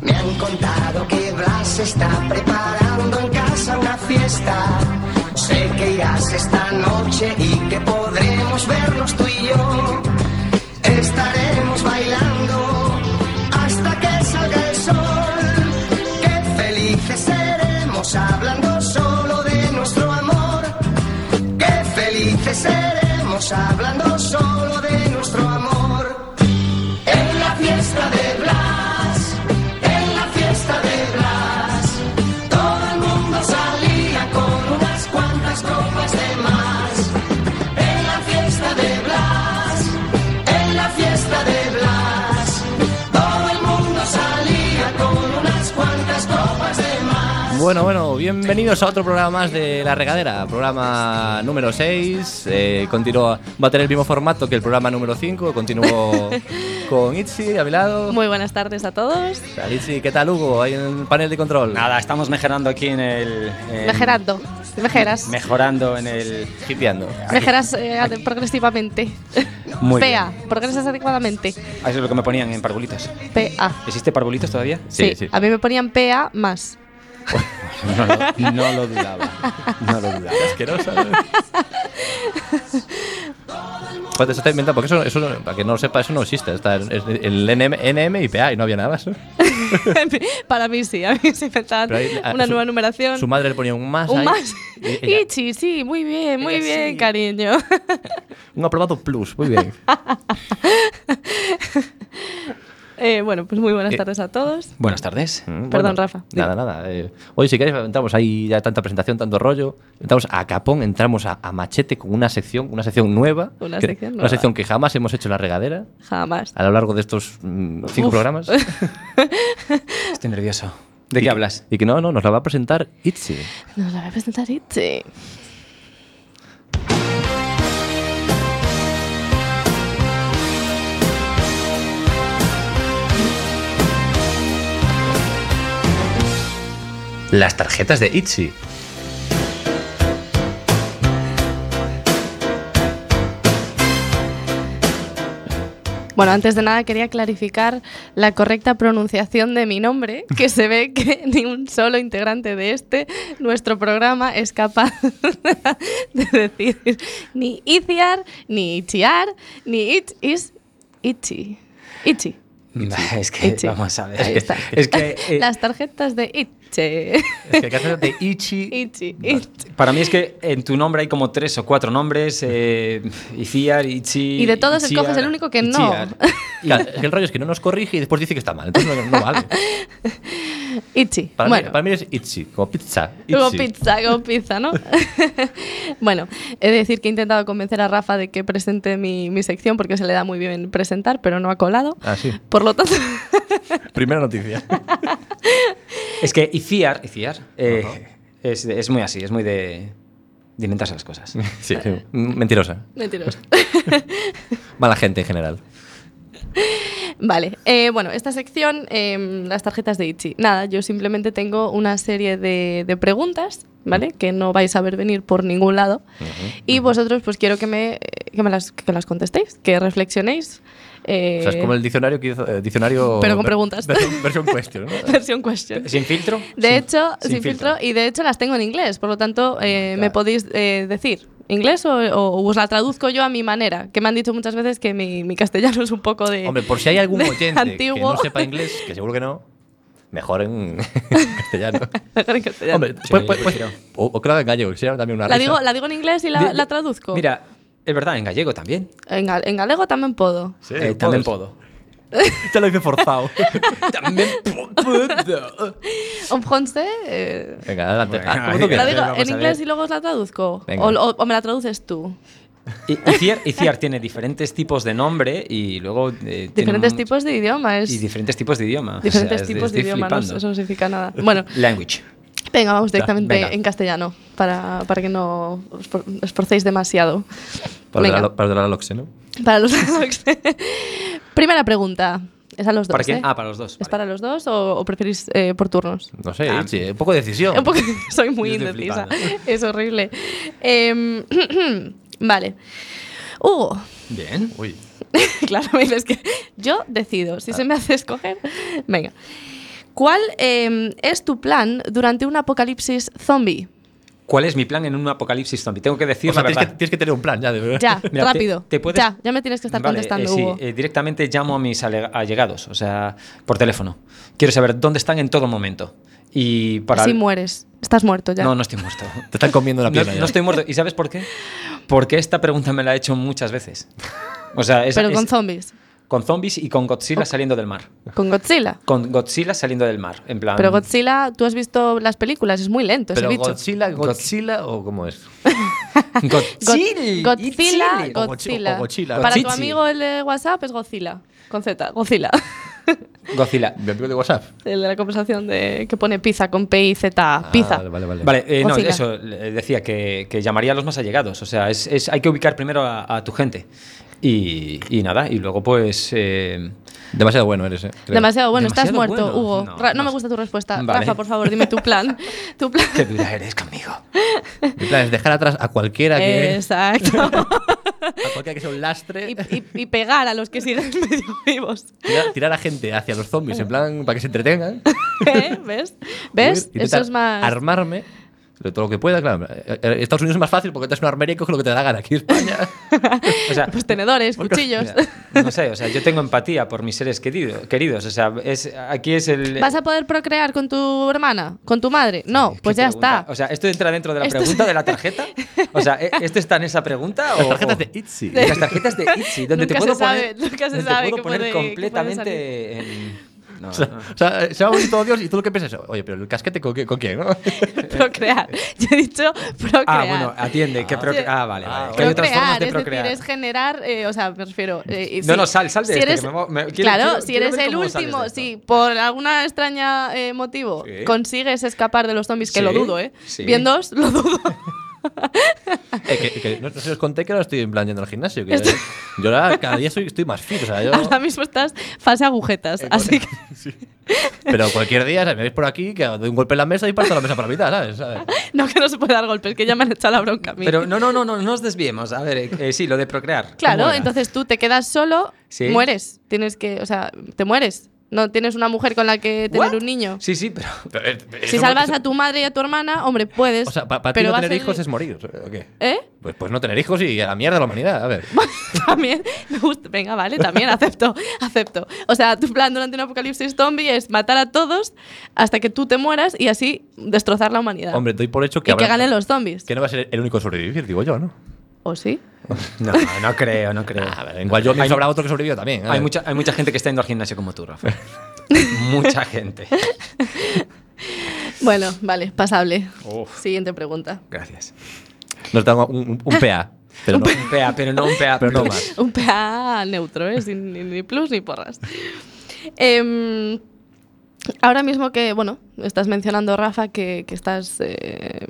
Me han contado que Blas está preparando en casa una fiesta. Sé que irás esta noche y que podremos vernos tú y yo. Estaremos bailando hasta que salga el sol. Qué felices seremos hablando solo de nuestro amor. Qué felices seremos hablando solo de nuestro amor. En la fiesta de Blas, en la fiesta de Blas, todo el mundo salía con unas cuantas copas de más. En la fiesta de Blas, en la fiesta de Blas, todo el mundo salía con unas cuantas copas de más. bueno, bueno, bienvenidos a otro programa más de La Regadera, programa número 6. continúa, va a tener el mismo formato que el programa número 5. Continúo con Itzi a mi lado. Muy buenas tardes a todos. O sea, Itzi, ¿qué tal, Hugo? Ahí en el panel de control. Nada, estamos mejorando aquí en el. en- Mejerando. Mejeras. Mejorando en el. Hipeando. Mejeras eh, ade- progresivamente. Muy PA. bien. Progresas adecuadamente. Ah, Eso es lo que me ponían en parvulitos. PA. ¿Existe parvulitos todavía? Sí, Sí, sí. A mí me ponían PA más. No lo, no lo dudaba. No lo dudaba. Asquerosa. Pues eso está inventado, porque eso, eso no- para que no lo sepa, eso no existe. Está el, el NM, NM y PA y no había nada más. ¿no? Para mí sí, a mí se inventaban Pero ahí, ah, una su- nueva numeración. Su madre le ponía un más. un ahí, más. y ella, Ichi, sí, muy bien, muy Ella bien, sí. cariño. un aprobado plus, muy bien. Ah, Eh, bueno, pues muy buenas Eh, tardes a todos. Buenas tardes. Mm, Perdón, Rafa. Nada, nada. eh, hoy, si queréis, entramos ahí ya tanta presentación, tanto rollo. Entramos a Capón, entramos a, a Machete con una sección, una sección nueva. Una que, sección Una nueva. sección que jamás hemos hecho en la regadera Jamás. a lo largo de estos mm, cinco Uf. programas. Estoy nervioso. ¿De qué hablas? Y que no, no, nos la va a presentar Itzi. Ah. Nos la va a presentar Ichi. Las tarjetas de Itchy. Bueno, antes de nada quería clarificar la correcta pronunciación de mi nombre, que se ve que ni un solo integrante de este, nuestro programa, es capaz de decir ni Iciar, ni Ichiar, ni It is Ichi. Ichi. Es que, Itchy. Eh, vamos a ver. Ahí está. Es que, eh, Las tarjetas de Iche. Es que caso de Ichi. Ichi, Ichi. para mí es que en tu nombre hay como tres o cuatro nombres. Eh, Iciar, Ichi. Y de todos Itziar, escoges el único que no. Itziar. Claro, es ¿eh? que el rollo es que no nos corrige y después dice que está mal. Entonces no, no vale. Ichi. Para, bueno. mí, para mí es Itzi, como pizza. Como Itzi. pizza, como pizza, ¿no? bueno, he de decir que he intentado convencer a Rafa de que presente mi, mi sección porque se le da muy bien presentar, pero no ha colado. Ah, sí. Por lo tanto, Primera noticia. Es que Iciar, Iciar eh, es, es muy así, es muy de, de inventarse las cosas. Sí, sí. Mm, Mentirosa. mentiroso. Mala gente en general. Vale, eh, bueno, esta sección, em, las tarjetas de Ichi. Nada, yo simplemente tengo una serie de, de preguntas, ¿vale? Que no vais a ver venir por ningún lado. Y vosotros, pues quiero que me, eh, que me las, que las contestéis, que reflexionéis. eh, O sea, es como el diccionario que hizo. eh, diccionario Pero con preguntas. Eh. Versión, versión question, ¿no? Versión question. ¿Sin filtro? De Sin- Ah, hecho, sin, filtro. y de hecho las tengo en inglés, por lo tanto eh, me podéis eh, decir inglés o, o os la traduzco yo a mi manera, que me han dicho muchas veces que mi, mi castellano es un poco de... Hombre, por si hay algún de oyente que antiguo. no sepa inglés, que seguro que no, mejor en en castellano. Mejor en castellano. Hombre, Sí, pues, pues- pues- prefiero. o, o que lo haga en gallego, que sería también una la, risa. digo, la digo en inglés y la, Di- la traduzco. Mira, es verdad, en gallego también. En, gal- en galego también puedo. Sí, Eh, también puedo. Te lo hice forzado. también puedo. En francés... eh, Venga, adelante. Bueno, Ah, como tú venga. la quieras. digo vamos en a inglés ver. y luego os la traduzco. Venga. O, o- o me la traduces tú. Iciar, Iciar tiene diferentes tipos de nombre y luego... eh, tiene Diferentes mucho- tipos de idiomas. Y diferentes tipos de idioma. O sea, diferentes es- tipos de estoy idiomas. no- flipando. Eso no significa nada. Bueno, Language. Venga, vamos directamente venga. en castellano para, para que no os, for- os forcéis demasiado. Para Venga, de la- Para de la Loxe, ¿no? para los dos. Primera pregunta. Es a los dos. ¿Para quién? ¿eh? Ah, para los dos. ¿Es vale. para los dos o, o preferís eh, por turnos? No sé, ¿eh? Ah. sí, un poco de decisión. Un poco- soy muy Yo estoy indecisa. flipando. Es horrible. Em, vale. Hugo, Bien. Uy, claro, me dices que yo decido. Si se me hace escoger. Venga. ¿Cuál em, es tu plan durante un apocalipsis zombie? ¿Cuál es mi plan en un apocalipsis zombie? Tengo que decir o sea, la tienes que, verdad. tienes que tener un plan ya, de verdad. Ya, Mira, te- rápido. te puedes- Ya, ya me tienes que estar Vale, eh, contestando, sí, Hugo. eh, directamente llamo a mis ale- allegados, o sea, por teléfono. Quiero saber dónde están en todo momento. Y para... Así mueres. Estás muerto ya. no, no estoy muerto. Te están comiendo la No, pierna. no ya. estoy muerto. ¿Y sabes por qué? Porque esta pregunta me la he hecho muchas veces. O sea, es, Pero con es- zombies. con zombies y con Godzilla saliendo del mar. Con Godzilla. Con Godzilla saliendo del mar, en plan... Pero Godzilla, tú has visto las películas, es muy lento Pero ese bicho. Godzilla, Godzilla o cómo es? Go- Godzilla. Godzilla, O Godzilla. Godzilla. Para tu Godzilla. amigo el de WhatsApp es Godzilla. Con Z, Godzilla. Godzilla. ¿Mi amigo de WhatsApp? El de la conversación de que pone pizza con P y Z, pizza. Ah, vale, vale. Vale, eh, no, Godzilla. eso, le- decía que, que llamaría a los más allegados. O sea, es, es- hay que ubicar primero a, a tu gente. Y, y nada, y luego pues... eh, Demasiado bueno eres, eh, creo. Demasiado bueno, estás Demasiado muerto, bueno. Hugo. No, Ra- No, me no. gusta tu respuesta. Vale. Rafa, por favor, dime tu plan. tu plan. qué dura eres conmigo. Mi plan es dejar atrás a cualquiera que, Exacto. a cualquiera que sea un lastre. y, y- y pegar a los que siguen medio vivos. Tirar, tirar a gente hacia los zombies, en plan, para que se entretengan. ¿Eh? ¿Ves? Huir, ¿Ves? Eso intentar es más. Armarme de todo lo que pueda, claro. Eh, eh, Estados Unidos es más fácil porque te das una armería y coges lo que te da la gana. Aquí en España. O sea, Pues tenedores, cuchillos. mira, no sé, o sea, yo tengo empatía por mis seres querido- queridos. O sea, es, aquí es el... ¿Vas a poder procrear con tu hermana? ¿Con tu madre? No, pues ¿Qué ya pregunta? está. O sea, ¿esto entra dentro de la Esto- pregunta de la tarjeta? O sea, ¿e- ¿esto está en esa pregunta? Las o- tarjetas o- de Itzy. De- Las tarjetas de Itzy, donde Nunca te puedo se sabe, poner, nunca se donde sabe te qué puedo poner puede- qué puede completamente en... ah, No, O sea, no. o sea, eh, se va bonito Dios y tú lo que piensas, oye, pero el casquete con, qué- con quién, ¿no? procrear. Yo he dicho procrear. eh. Ah, bueno, atiende. Que procre- Sí. ah, vale, vale. Que hay otras Procrear, formas de es decir, procrear. es generar, eh, o sea, me refiero. eh, y No, si- no, sal, sal de si esto, eres- que me mo- me- quiero- Claro, quiero- si quiero eres ver el cómo sales de último, esto. si por alguna extraña eh, motivo Sí. consigues escapar de los zombies, que lo Sí, dudo, ¿eh? sí. Viendos, lo dudo. Eh, que, que no, no sé si os conté que ahora estoy en plan yendo al gimnasio. Que Esto- Yo ahora cada día soy, estoy más fit, o sea, yo... Ahora mismo estás fase agujetas, Eh, así que Pero cualquier día, ¿sabes? me veis por aquí, que doy un golpe en la mesa y parto la mesa para la mitad, ¿sabes? ¿sabes? no que no se puede dar golpes, que ya me han echado la bronca a mí. Pero no, no, no, no, no nos desviemos. A ver, eh, eh, sí, lo de procrear. ¿Cómo claro, era? entonces tú te quedas solo, Sí. mueres, tienes que, o sea, te mueres. No tienes una mujer con la que tener ¿What? un niño. Sí, sí, pero... Pero, eh, eso- Si salvas a tu madre y a tu hermana, hombre, puedes. O sea, para ti pero no va a tener ser- hijos es morir, ¿o qué? ¿Eh? Pues, pues no tener hijos y a la mierda la humanidad, a ver. también me gusta. Venga, vale, también acepto, acepto. O sea, tu plan durante un apocalipsis zombie es matar a todos hasta que tú te mueras y así destrozar la humanidad. Hombre, doy por hecho y que que habrá- ganen los zombies. Que no va a ser el único en sobrevivir, digo yo, ¿no? ¿O sí? No, no creo, no creo. A ver, igual yo Ah, Hay- pienso habrá otro que sobrevivió también. a Hay ver. mucha, hay mucha gente que está yendo al gimnasio como tú, Rafa. mucha gente. Bueno, vale, pasable. Uf. Siguiente pregunta. Gracias. Nos dan un, un- un PA. Pero no, Un PA, pero no un PA. pero no plus. más. Un PA neutro, ¿eh? Sin- ni, ni plus ni porras. Em, ahora mismo que, bueno, estás mencionando, Rafa, que, que estás, eh,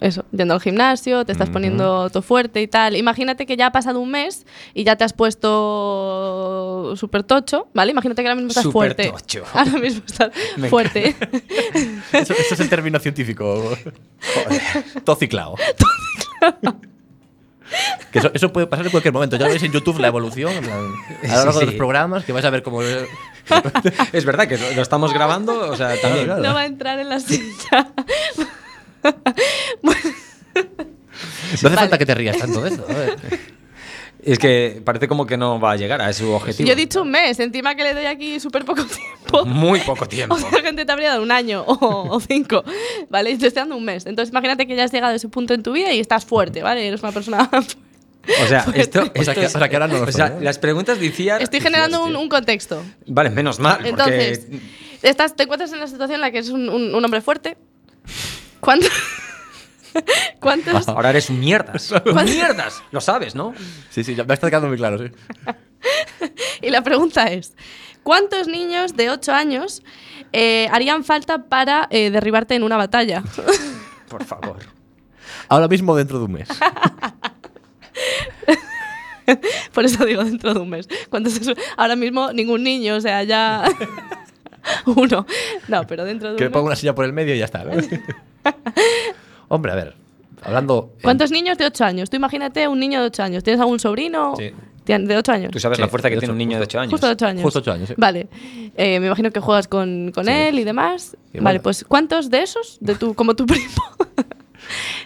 eso, yendo al gimnasio, te estás poniendo todo fuerte y tal. Imagínate que ya ha pasado un mes y ya te has puesto súper tocho, ¿vale? Imagínate que ahora mismo estás fuerte. Supertocho. Ahora mismo estás Me fuerte. Eso, eso es el término científico. Tociclao. Que eso, eso puede pasar en cualquier momento. Ya lo veis en YouTube la evolución. en plan, a lo largo de Sí. los programas, que vais a ver cómo. eh, es- Es verdad que lo, lo estamos grabando, o sea, también. Claro, No va a entrar en la silla. No hace falta que te rías tanto de eso. a ver. Es que parece como que no va a llegar a su objetivo. Yo he dicho un mes, encima que le doy aquí súper poco tiempo. Muy poco tiempo. O sea, gente te habría dado un año o, o cinco, ¿vale? Y te estoy dando un mes. Entonces, imagínate que ya has llegado a ese punto en tu vida y estás fuerte, ¿vale? Eres una persona... O sea, esto, O sea, esto que- es- o sea, que ahora no lo ¿eh? o sea, soy, ¿no? las preguntas decían. Estoy generando un, un contexto. Vale, menos mal. porque- Entonces, estás, te encuentras en la situación en la que eres un, un- un hombre fuerte. ¿Cuánto- ¿Cuántos, Ahora eres un mierdas. Un mierdas. Lo sabes, ¿no? Sí, sí, ya me está quedando muy claro. sí. Y la pregunta es, ¿cuántos niños de 8 años eh, harían falta para eh, derribarte en una batalla? Por favor. Ahora mismo dentro de un mes. Por eso digo dentro de un mes. Cuando se- ahora mismo ningún niño, o sea, ya uno. No, pero dentro de Que un me pongo mes. una silla por el medio y ya está. ¿no? Hombre, a ver. Hablando. en- ¿Cuántos niños de 8 años? Tú imagínate un niño de 8 años. ¿Tienes algún sobrino Sí. Tien- de 8 años? Tú sabes Sí, la fuerza que de tiene ocho- un niño de 8 años. Justo de 8 años. Justo ocho años, sí. Vale. Eh, me imagino que juegas con, con él y demás. Y vale, bueno. pues ¿cuántos de esos, de tu, como tu primo,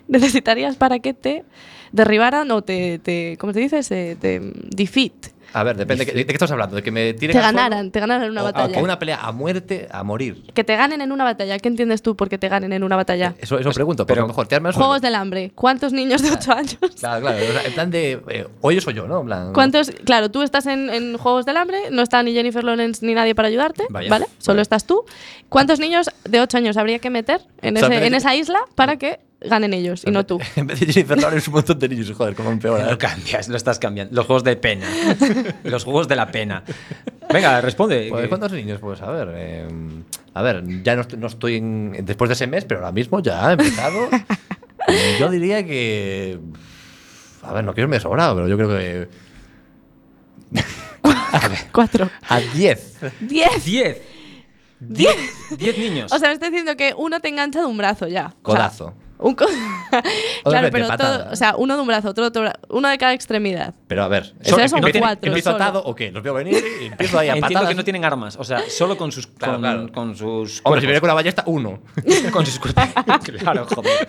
necesitarías para que te derribaran o te, te ¿cómo se dice? Se- te defeat. A ver, depende. de qué- ¿De qué estamos hablando? ¿De que me tiren Te al suelo? ganaran, te ganaran en una O- batalla. o una pelea a muerte, a morir. Que te ganen en una batalla. ¿Qué entiendes tú por qué te ganen en una batalla? Eso, Eh, eso Ah. pregunto, Pues, pero- pero a lo mejor te armas. Juegos del hambre. ¿Cuántos niños de 8 años? Claro, claro. o sea, en plan de. eh, o yo soy yo, ¿no? En plan. ¿Cuántos? Claro, tú estás en, en Juegos del Hambre, no está ni Jennifer Lawrence ni nadie para ayudarte, Vaya, ¿vale? Solo vale. estás tú. ¿Cuántos niños de 8 años habría que meter en, O sea, ese- pero- en esa isla para que ganen ellos y no tú? En vez de Jennifer Lawrence, un montón de niños. Joder, cómo empeora. Lo cambias, lo estás cambiando. Los juegos de pena. Los juegos de la pena. Venga, responde. Pues, que- ¿Cuántos niños puedes saber? Eh, a ver, ya no, est- no estoy en- después de ese mes, pero ahora mismo ya ha empezado. Eh, yo diría que. A ver, no quiero irme sobrado, pero yo creo que. Cuatro. A 10. Diez. Diez. Diez. Diez niños. O sea, me está diciendo que uno te engancha de un brazo ya. O sea, Codazo. un co- claro, de pero patada. todo, o sea, uno de un brazo, otro de otro brazo, uno de cada extremidad. Pero a ver. O sea, ¿empie- son empie- cuatro ¿Empiezo solo. atado o qué? Los veo venir y empiezo ahí a Entiendo patadas. que no tienen armas. O sea, solo con sus. Claro, con, claro. con sus. Hombre, si viene cuerpos. con la ballesta, uno. con sus cuerpecitos. claro, joder.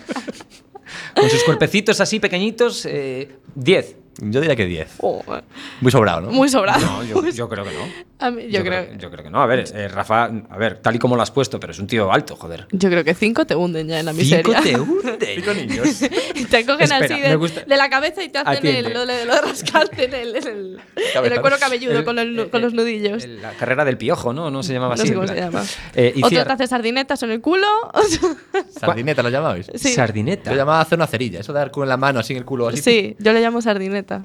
Con sus cuerpecitos así pequeñitos, eh, diez. Yo diría que 10. Oh, Muy sobrado, ¿no? muy sobrado. No, yo, yo creo que no. A mí- Pues yo, creo, yo creo que no. A ver, eh, Rafa, a ver, tal y como lo has puesto, pero es un tío alto, joder. yo creo que cinco te hunden ya en la miseria. Cinco te hunde. niños. Te cogen Espera, así me de, gusta- de la cabeza y te hacen Atiende. el, lo, de- lo de rascarte en el, en el, en el Cabezazos. cuero cabelludo El- con, los nu- el- con los nudillos. el- La carrera del piojo, ¿no? No se llamaba no sé así. en cómo se plan. llama. Eh, y Otro cierra- te hace sardinetas en el culo. Sardineta, ¿lo llamabais? sí. Sardineta. Yo llamaba hacer una cerilla, eso de dar con la mano así en el culo. Así. sí, yo le llamo sardineta.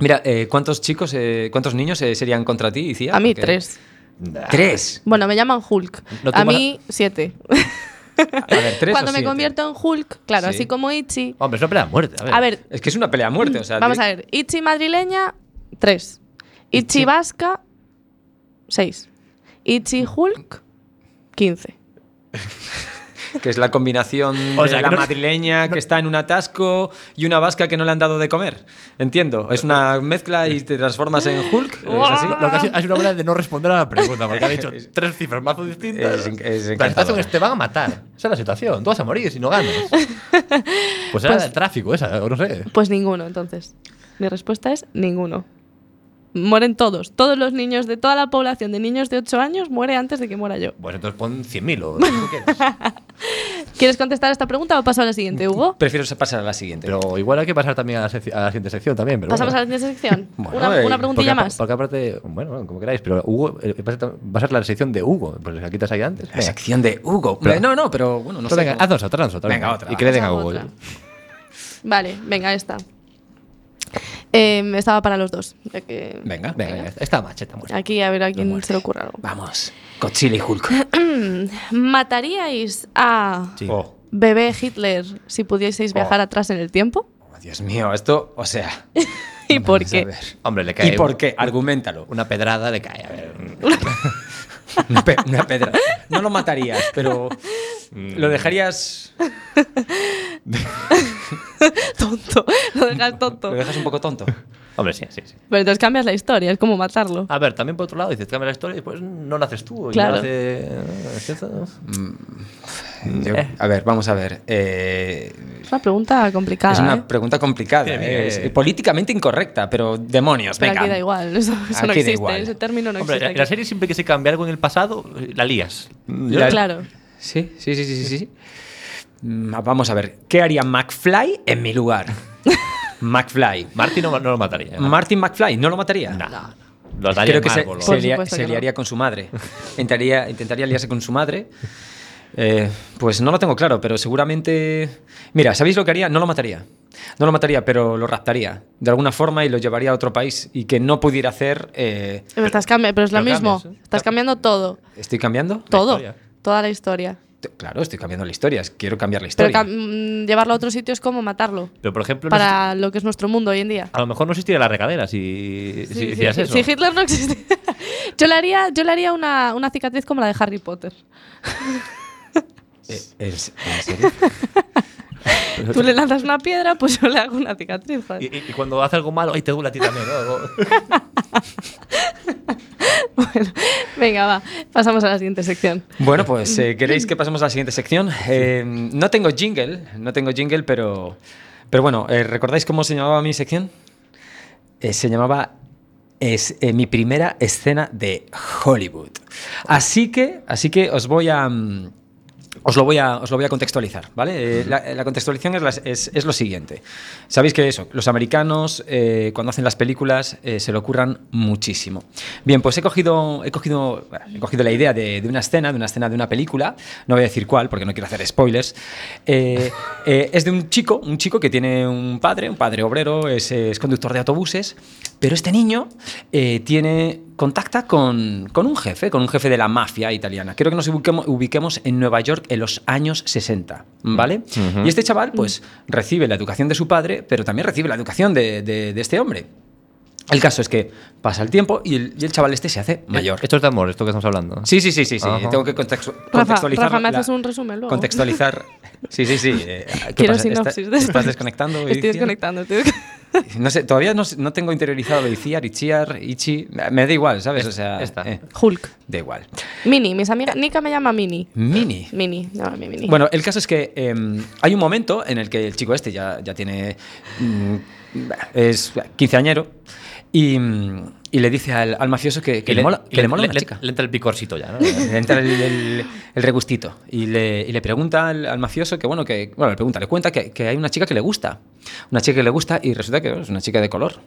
Mira, eh, ¿cuántos chicos, eh, cuántos niños eh, serían contra ti, Icía? A mí Porque- tres. Nah. ¿Tres? Bueno, me llaman Hulk. No a tomas- mí siete. A ver, tres Cuando o me siete? convierto en Hulk, claro, Sí. así como Ichi. Hombre, es una pelea a muerte. A ver. A ver, Es que es una pelea a muerte, o sea. vamos di- a ver. Ichi madrileña, tres. Ichi, Ichi- vasca, seis. Mm. Ichi Hulk, quince. Que es la combinación O de sea, la que no- madrileña que está en un atasco y una vasca que no le han dado de comer. Entiendo. Es una mezcla y te transformas en Hulk. ¿Es así? Lo que ha sido- ha sido una manera de no responder a la pregunta, porque ha dicho tres cifras mazo distintas. Es en- es En plan, estás encantador. con- te van a matar. Esa es la situación. Tú vas a morir si no ganas. Pues era Pues- el tráfico esa, o no sé. Pues ninguno, entonces. Mi respuesta es ninguno. Mueren todos. Todos los niños de toda la población de niños de 8 años muere antes de que muera yo. Pues entonces pon 100.000 o lo que quieras. ¿Quieres contestar esta pregunta o paso a la siguiente, Hugo? Prefiero pasar a la siguiente. Pero igual hay que pasar también a la, sec- a la siguiente sección también. Pero Pasamos bueno. a la siguiente sección. Bueno, una, eh, una preguntilla Porque apa- más. Porque aparte, bueno, bueno, como queráis, pero Hugo, eh, va a ser- va a ser la sección de Hugo, pues la quitas ahí antes. La Venga. sección de Hugo. Pero- no, no, pero bueno, no Entonces, sé. venga, cómo- haznos otra, haznos otra. Venga, otra, Y que le va. den a Hagamos Hugo. otra. Vale, venga, esta. Em, estaba para los dos. ya que- Venga, Venga, venga, está macheta muerta. Aquí a ver a No quién muerde. se le ocurre algo. Vamos. Godzilla y Hulk. ¿Mataríais a Sí. Oh, bebé Hitler si pudieseis viajar Oh. atrás en el tiempo? Dios mío, esto, o sea. ¿Y por vamos a qué? ver. Hombre, le cae ¿Y por qué? Argumentalo. una pedrada, le cae. A ver. Una, pe- una pedra. No lo matarías, pero Mm. lo dejarías. tonto. Lo dejas tonto. Lo dejas un poco tonto. Hombre, sí, sí, sí. Pero entonces cambias la historia, es como matarlo. A ver, también por otro lado, dices, cambia la historia y después no la haces tú. y Claro. no la hace- ¿es cierto? Eh, Yo- a ver, vamos a ver. eh, Es una pregunta complicada. es ¿eh? una pregunta complicada. Tiene eh, es que- políticamente incorrecta, pero demonios, Pero aquí da venga. igual, eso, eso Aquí no da existe, igual. ese término no Hombre, en existe. la aquí. serie siempre que se cambia algo en el pasado, eh, la lías. la- Claro. Sí, sí, sí, sí, sí, sí. Mm, Vamos a ver. ¿Qué haría McFly en mi lugar? McFly. Martin no, no lo mataría. ¿eh? Martin McFly, ¿no lo mataría? Nah, Lo daría Creo en que se, árbol. se o- Por lia- supuesto se que no. liaría con su madre. Entraría- intentaría liarse con su madre. Eh, pues no lo tengo claro, pero seguramente... Mira, ¿sabéis lo que haría? No lo mataría. No lo mataría, pero lo raptaría. De alguna forma y lo llevaría a otro país y que no pudiera hacer... eh, Pero, estás cambi- pero es lo pero mismo. cambias, ¿eh? Estás cambiando todo. ¿Estoy cambiando? Todo. historia. Toda la historia. T- Claro, estoy cambiando la historia. es- Quiero cambiar la Pero historia. cam- mm, llevarlo a otro sitio es como matarlo. Pero, por ejemplo, no existi- Para lo que es nuestro mundo hoy en día. a lo mejor no existiría la regadera si, si Sí, sí, hicieras sí. eso. Si Hitler no existe. yo le haría, yo le haría una, una cicatriz como la de Harry Potter. Eh, ¿En se- en serio? Tú le lanzas una piedra, pues yo le hago una cicatriz. joder. Y, y- y cuando hace algo malo, ¡ay, te duele a ti también! ¿no? Bueno, venga, va. Pasamos a la siguiente sección. Bueno, pues eh, queréis que pasemos a la siguiente sección. Eh, no tengo jingle, no tengo jingle, pero, pero bueno, eh, ¿recordáis cómo se llamaba mi sección? Eh, se llamaba es, eh, mi primera escena de Hollywood. Así que, así que os voy a mm, os lo voy a, os lo voy a contextualizar, ¿vale? Eh, la, la contextualización es, las- es- es lo siguiente. Sabéis que eso, los americanos eh, cuando hacen las películas eh, se lo ocurran muchísimo. Bien, pues he cogido, he cogido, bueno, he cogido la idea de, de una escena, de una escena de una película, no voy a decir cuál porque no quiero hacer spoilers. Eh, eh, es de un chico, un chico que tiene un padre, un padre obrero, es, eh, es conductor de autobuses, pero este niño eh, tiene contacta con, con un jefe, con un jefe de la mafia italiana. Quiero que nos ubiquemo- ubiquemos, en Nueva York en los años 60, ¿vale? Y este chaval, pues, recibe la educación de su padre, pero también recibe la educación de, de- de este hombre. El caso es que pasa el tiempo y el, y el chaval este se hace mayor. Esto es de amor, esto que estamos hablando. Sí, sí, sí, sí, sí. Ajá. Tengo que contextu- Rafa, contextualizar. Rafa, me la- haces un resumen luego. Contextualizar. Sí, sí, sí. eh, ¿qué Quiero pasa? ¿Está- sinopsis de esto. ¿Estás desconectando? Estoy Edicia? desconectando. estoy desconectando. No sé, todavía no, sé- no tengo interiorizado Iciar, Ichiar, Ichi. Me da igual, ¿sabes? O sea, esta. eh, Hulk. da igual. Mini, mis amigas. Nika me llama Mini. Mini. Mini, llámame Mini. Bueno, el caso es que em, hay un momento en el que el chico este ya, ya tiene. mm, es quinceañero y, mm, y le dice al, al mafioso que, que le, mola, que le mola una chica. le entra el picorcito ya, ¿no? Le entra el, el- el regustito y le, y le pregunta al, al mafioso que, bueno, que, bueno, le pregunta, le cuenta que, que hay una chica que le gusta. Una chica que le gusta y resulta que bueno, es una chica de color.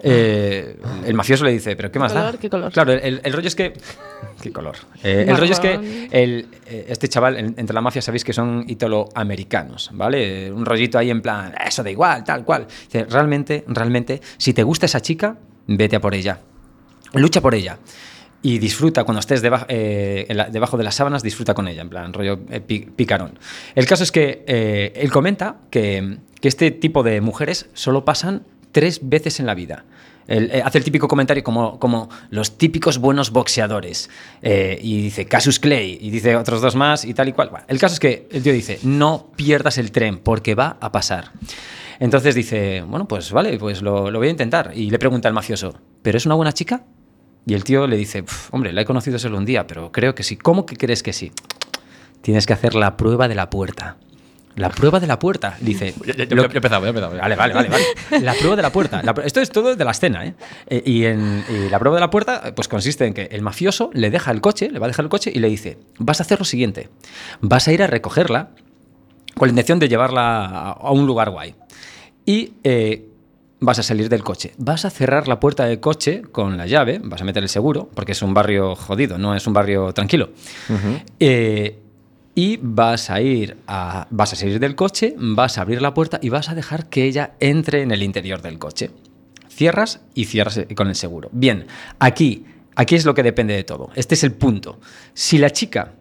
Eh, el mafioso le dice, ¿pero qué más da? color? ¿Qué color? Claro, el, el- el rollo es que. ¿Qué color? Eh, el rollo es que Marrón. el- eh, este chaval, en- entre la mafia, sabéis que son italoamericanos, ¿vale? Eh, Un rollito ahí en plan, eso da igual, tal cual. Dice, realmente, realmente, si te gusta esa chica, vete a por ella. Lucha por ella. Y disfruta cuando estés deba- eh, en la- debajo de las sábanas, disfruta con ella, en plan, rollo eh, pi- picarón. El caso es que eh, él comenta que, que este tipo de mujeres solo pasan tres veces en la vida. Él, eh, hace el típico comentario como, como los típicos buenos boxeadores. Eh, y dice Casus Clay, y dice otros dos más, y tal y cual. Bueno, el caso es que el tío dice, no pierdas el tren, porque va a pasar. Entonces dice, bueno, pues vale, pues lo, lo voy a intentar. Y le pregunta al mafioso, ¿pero es una buena chica? Y el tío le dice, "Pf, hombre, la he conocido solo un día, pero creo que sí. ¿Cómo que crees que sí? Tienes que hacer la prueba de la puerta. La prueba de la puerta, dice. Ya, ya- ya "Lo- empezamos, ya empezamos. Vale, vale, vale, vale. La prueba de la puerta. La pr- esto es todo de la escena, ¿eh? Eh, y, en, y la prueba de la puerta eh, pues consiste en que el mafioso le deja el coche, le va a dejar el coche y le dice, vas a hacer lo siguiente, vas a ir a recogerla con la intención de llevarla a, a un lugar guay. Y eh, vas a salir del coche. Vas a cerrar la puerta del coche con la llave, vas a meter el seguro, porque es un barrio jodido, no es un barrio tranquilo. Eh, y vas a ir a. Vas a salir del coche, vas a abrir la puerta y vas a dejar que ella entre en el interior del coche. Cierras y cierras eh, con el seguro. Bien, aquí, aquí es lo que depende de todo. Este es el punto. Si la chica,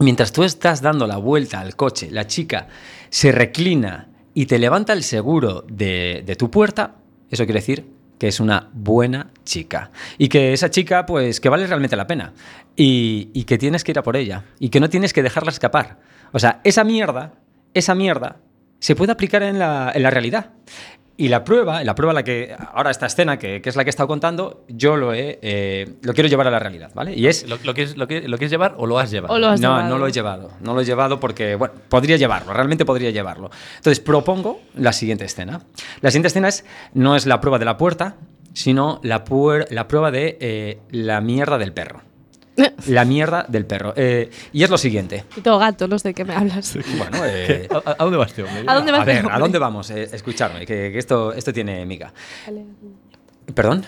mientras tú estás dando la vuelta al coche, la chica se reclina y te levanta el seguro de, de tu puerta, eso quiere decir que es una buena chica. Y que esa chica, pues, que vale realmente la pena. Y, y que tienes que ir a por ella. Y que no tienes que dejarla escapar. O sea, esa mierda, esa mierda, se puede aplicar en la, en la realidad. Y la prueba, la prueba a la que ahora esta escena, que, que es la que he estado contando, yo lo he, eh, lo quiero llevar a la realidad, ¿vale? Y es ¿Lo, lo quieres, lo, quieres, lo quieres llevar o lo has llevado? O lo has no, llevado. no lo he llevado. No lo he llevado porque, bueno, podría llevarlo, realmente podría llevarlo. Entonces, propongo la siguiente escena. La siguiente escena es, no es la prueba de la puerta, sino la, puer- la prueba de eh, la mierda del perro. La mierda del perro. Eh, y es lo siguiente. Y todo gato, no sé de qué me hablas. Bueno, eh, ¿A, a- a dónde vas, tío? ¿A dónde vas, a ver, hombre? ¿a dónde vamos? Eh, escuchadme, que, que esto, esto tiene miga. ¿Perdón?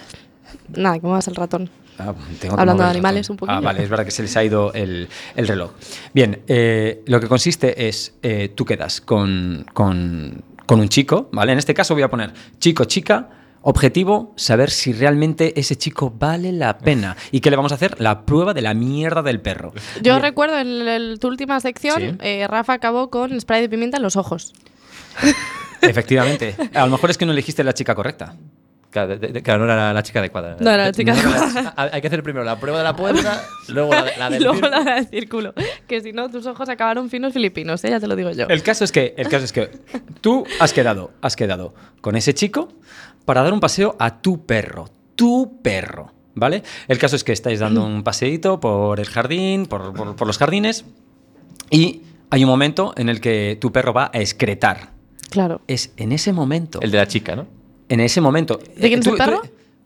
Nada, que muevas el ratón. Ah, tengo que Hablando mover de el animales ratón. un poquillo. Ah, vale, es verdad que se les ha ido el, el reloj. Bien, eh, lo que consiste es, eh, tú quedas con, con- con un chico, ¿vale? En este caso voy a poner chico, chica, objetivo, saber si realmente ese chico vale la pena. ¿Y qué le vamos a hacer? La prueba de la mierda del perro. Yo Bien. recuerdo en el- el- tu última sección, Sí. eh, Rafa acabó con spray de pimienta en los ojos. Efectivamente. A lo mejor es que no elegiste la chica correcta. Claro, de- de- claro, no era la, la chica adecuada. No era la chica No era la- adecuada. Ha- Hay que hacer primero la prueba de la puerta, luego la, de- la Y del luego círculo. la del círculo. Que si no, tus ojos acabaron finos filipinos, ¿eh? ya te lo digo yo. El caso es que, el caso es que tú has quedado, has quedado con ese chico para dar un paseo a tu perro, tu perro, ¿vale? El caso es que estáis dando un paseíto por el jardín, por, por- por los jardines y hay un momento en el que tu perro va a excretar. Claro. Es en ese momento, El de la chica, ¿no? en ese momento. Eh, ¿De quién es tú- el tú- perro?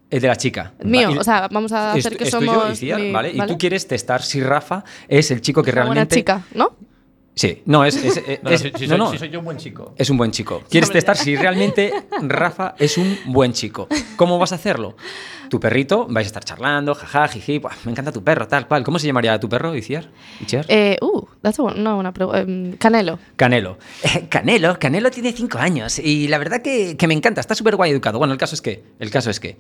El de la chica. Mío, Y- o sea, vamos a es- hacer que es tuyo, somos. Iciar, mi- ¿vale? Y tú quieres testar si Rafa es el chico que Una buena realmente. chica, ¿no? Sí, no, es. es- es- No, no, es- si, si no, soy, no. si soy yo un buen chico. Es un buen chico. ¿Quieres Hombre. testar si realmente Rafa es un buen chico? ¿Cómo vas a hacerlo? Tu perrito, vais a estar charlando, jaja, jiji, buah, me encanta tu perro, tal cual. ¿Cómo se llamaría tu perro, Iciar? ¿Ichiar? Eh, uh, that's a bu- no, una pregunta. Canelo. Canelo. Eh, Canelo, Canelo tiene cinco años y la verdad que, que me encanta, está súper guay educado. Bueno, el caso es que, el caso es que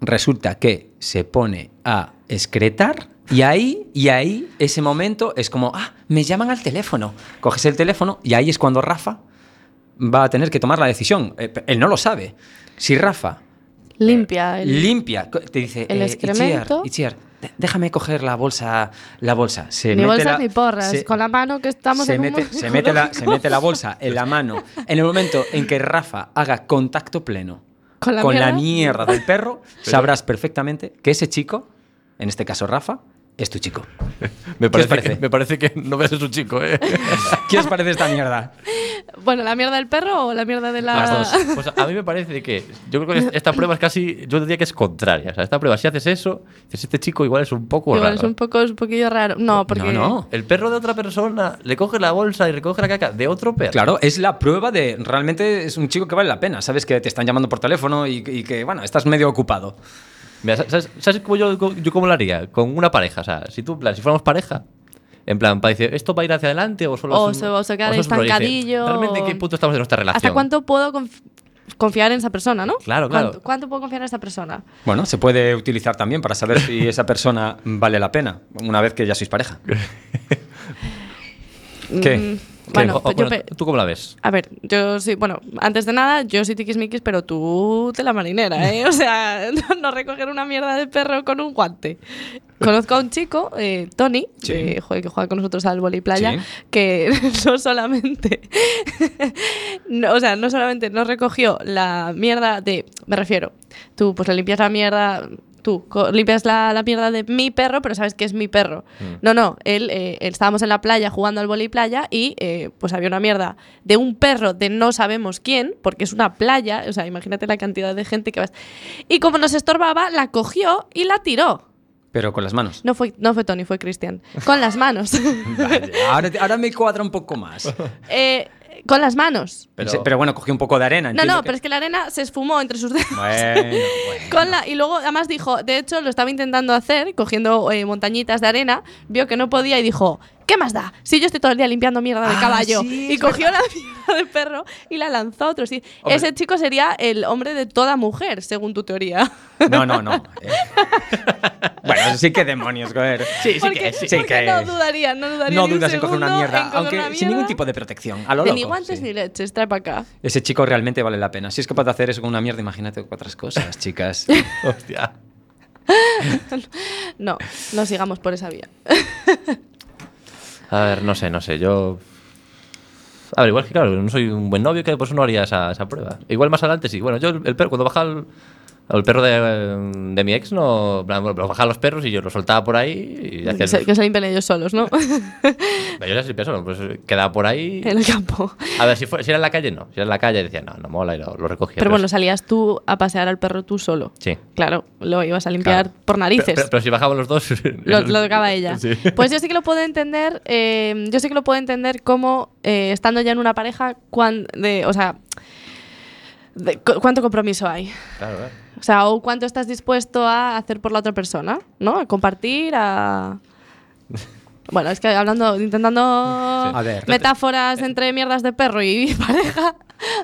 resulta que se pone a excretar y ahí, y ahí, ese momento es como, ah, me llaman al teléfono. Coges el teléfono y ahí es cuando Rafa va a tener que tomar la decisión. Eh, pe- Él no lo sabe. Si Rafa Limpia. el- limpia, co- te dice, el eh, excremento. Itziar, Itziar, de- déjame coger la bolsa, la bolsa. Se ni mete bolsas la- ni porras. se- con la mano que estamos se en un mete, mundo se, mete la, se ecológico. mete la bolsa en la mano. En el momento en que Rafa haga contacto pleno Con la mierda. mierda del perro, sabrás perfectamente que ese chico, en este caso Rafa, es tu chico. Me ¿Qué os parece, que, parece? me parece que no ves a su chico, ¿eh? ¿Qué os parece esta mierda? Bueno, ¿la mierda del perro o la mierda de la...? Las dos. Pues a mí me parece que. Yo creo que es- esta prueba es casi. Yo diría que es contraria. O sea, esta prueba, si haces eso, dices, este chico igual es un poco Igual raro. es un poco, es un poquillo raro. No, porque... no. El perro de otra persona le coge la bolsa y recoge la caca de otro perro. Claro, es la prueba de realmente es un chico que vale la pena. Sabes que te están llamando por teléfono y, y que, bueno, estás medio ocupado. Mira, sa- ¿sabes, sabes cómo yo, yo cómo lo haría? Con una pareja. O sea, si tú, en plan, si fuéramos pareja. En plan, para decir, ¿esto va a ir hacia adelante o solo O es un- se va a quedar o solo es un rollo? Dice, estancadillo. ¿Realmente en qué punto estamos de nuestra relación? ¿Hasta cuánto puedo conf- confiar en esa persona, no? Claro, claro. ¿Cuánto, cuánto puedo confiar en esa persona? Bueno, se puede utilizar también para saber si esa persona vale la pena una vez que ya sois pareja. ¿Qué? Mm, O- Bueno, o- pues yo bueno, pe- ¿tú cómo la ves? A ver, yo sí, bueno, antes de nada, yo soy tiquismiquis, pero tú te la marinera, ¿eh? O sea, no, no recoger una mierda de perro con un guante. Conozco a un chico, eh, Tony, Sí. eh, jue- que juega con nosotros al vóley playa, Sí. que no solamente, no, o sea, no solamente no recogió la mierda de, me refiero, tú pues le limpias la mierda, tú co- limpias la, la mierda de mi perro, pero sabes que es mi perro. Mm. No, no, él, eh, él- estábamos en la playa jugando al vóley playa y eh, pues había una mierda de un perro de no sabemos quién, porque es una playa, o sea, imagínate la cantidad de gente que vas. Y como nos estorbaba, la cogió y la tiró. Pero con las manos. No fue, no fue Tony, fue Cristian. Con las manos. Vale, ahora, ahora me cuadra un poco más. Eh, con las manos. Pero, pero bueno, cogí un poco de arena. No, entiendo no, que- pero es que la arena se esfumó entre sus dedos. Bueno, Con la, y luego además dijo, de hecho lo estaba intentando hacer, cogiendo eh, montañitas de arena, vio que no podía y dijo, ¿qué más da? Si yo estoy todo el día limpiando mierda de Ah, caballo. sí, y es cogió la mierda del perro y la lanzó a otro. Sí, Hombre. Ese chico sería el hombre de toda mujer, según tu teoría. bueno. No, no, no. Eh. Bueno, sí que demonios, joder. Sí, porque sí, porque que- no dudaría, no dudaría. No ni un dudas en coger una segundo mierda, en coger aunque una sin ningún mierda. tipo de protección. A lo De loco. ni guantes sí. ni leches, trae para acá. Ese chico realmente vale la pena. Si es capaz de hacer eso con una mierda, imagínate con otras cosas, chicas. Hostia. No, no sigamos por esa vía. A ver, no sé, no sé, yo... A ver, igual que claro, no soy un buen novio, que por eso no haría esa, esa prueba. Igual más adelante sí. Bueno, yo el, el perro, cuando bajaba el, el perro de, de mi ex, no... en plan, Bueno, bajaba los perros y yo los soltaba por ahí y hacía... Que se, que se limpian ellos solos, ¿no? Yo ya sí pienso, no, pues quedaba por ahí... en el campo. A ver, si, fue- si era en la calle, no. Si era en la calle, decía, no, no mola y lo, lo recogía. Pero bueno, si- salías tú a pasear al perro tú solo. Sí. Claro, lo ibas a limpiar Claro. por narices. Pero, pero- pero si bajaban los dos... lo, lo tocaba ella. Sí. Pues yo sí que lo puedo entender. eh, yo sí que lo puedo entender como eh, estando ya en una pareja, cuán, de, o sea, de cu- cuánto compromiso hay. Claro, claro. O sea, o cuánto estás dispuesto a hacer por la otra persona, ¿no? A compartir, a. Bueno, es que hablando, intentando A ver. metáforas entre mierdas de perro y pareja,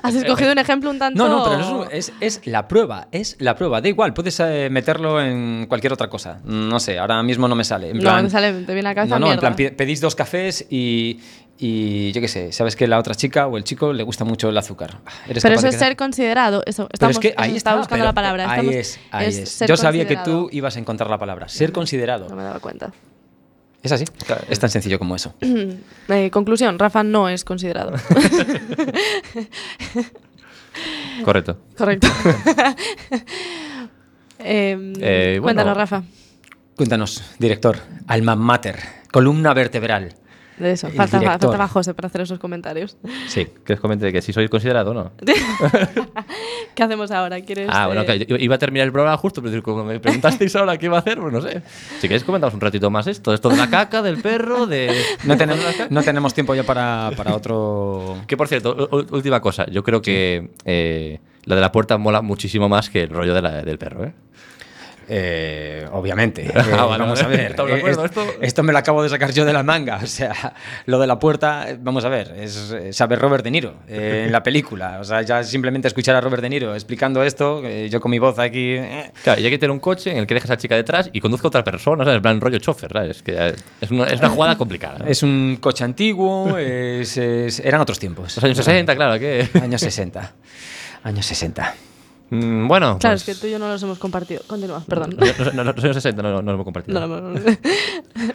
has escogido un ejemplo un tanto. Eh, No, no, pero eso es, es la prueba, es la prueba. Da igual, puedes eh, meterlo en cualquier otra cosa. No sé, ahora mismo no me sale. En No, plan- me sale- te viene a la cabeza No, no, en mierda. plan, pi- pedís dos cafés y, y yo qué sé, sabes que la otra chica o el chico le gusta mucho el azúcar. Ah, Eres Pero eso capaz de es quedar- ser considerado. Eso, Pero estamos, es que eso ahí estaba está, buscando pero la palabra. Ahí estamos- es, ahí es. ser Yo sabía que considerado. tú ibas a encontrar la palabra, ser considerado. No me daba cuenta. Es así, es tan sencillo como eso. Eh, conclusión, Rafa no es considerado. Correcto. Correcto. Eh, Eh, bueno. Cuéntanos, Rafa, Cuéntanos, director, alma mater, columna vertebral. de eso. El Falta, director. faltaba José para hacer esos comentarios. Sí, que os comente que si soy considerado o no. ¿Qué hacemos ahora? ¿Quieres, Ah, bueno, eh, que yo iba a terminar el programa justo, pero como me preguntasteis ahora qué iba a hacer, pues no sé. Si queréis comentamos un ratito más esto, esto de la caca, del perro, de... No tenemos, no tenemos tiempo ya para, para otro... Que por cierto, u- u- última cosa, yo creo que eh, la de la puerta mola muchísimo más que el rollo de la- del perro, ¿eh? Eh, obviamente. Eh, Ah, vale, vamos vale. a ver. Estamos de Eh, acuerdo, es- esto- esto me lo acabo de sacar yo de la manga. O sea, lo de la puerta, eh, vamos a ver, es eh, saber Robert De Niro eh, en la película. O sea, ya simplemente escuchar a Robert De Niro explicando esto, eh, yo con mi voz aquí. eh, Claro, y hay que tener un coche en el que dejas a la chica detrás y conduzca a otra persona, ¿sabes? En plan rollo chofer, ¿sabes? Que ya es, una, es una jugada complicada. ¿no? Es un coche antiguo, es- es- eran otros tiempos. Los años 60, claro, que... Años 60. Años 60. Mm, bueno, Claro, pues- es que tú y yo no los hemos compartido. Continúa, perdón. No, no, no, los años 60 no, no los hemos compartido. No lo hemos-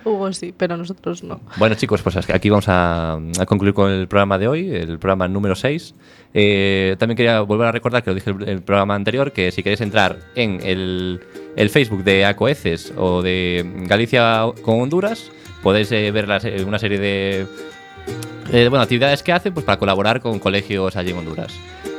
Hugo sí, pero nosotros no. Bueno, chicos, pues aquí vamos a, a concluir con el programa de hoy, el programa número 6. también quería volver a recordar que lo dije el, el programa anterior, que si queréis entrar en el, el Facebook de Acoeces o de Galicia con Honduras, podéis eh, ver las- eh, una serie de eh, bueno, actividades que hace pues, para colaborar con colegios allí en Honduras.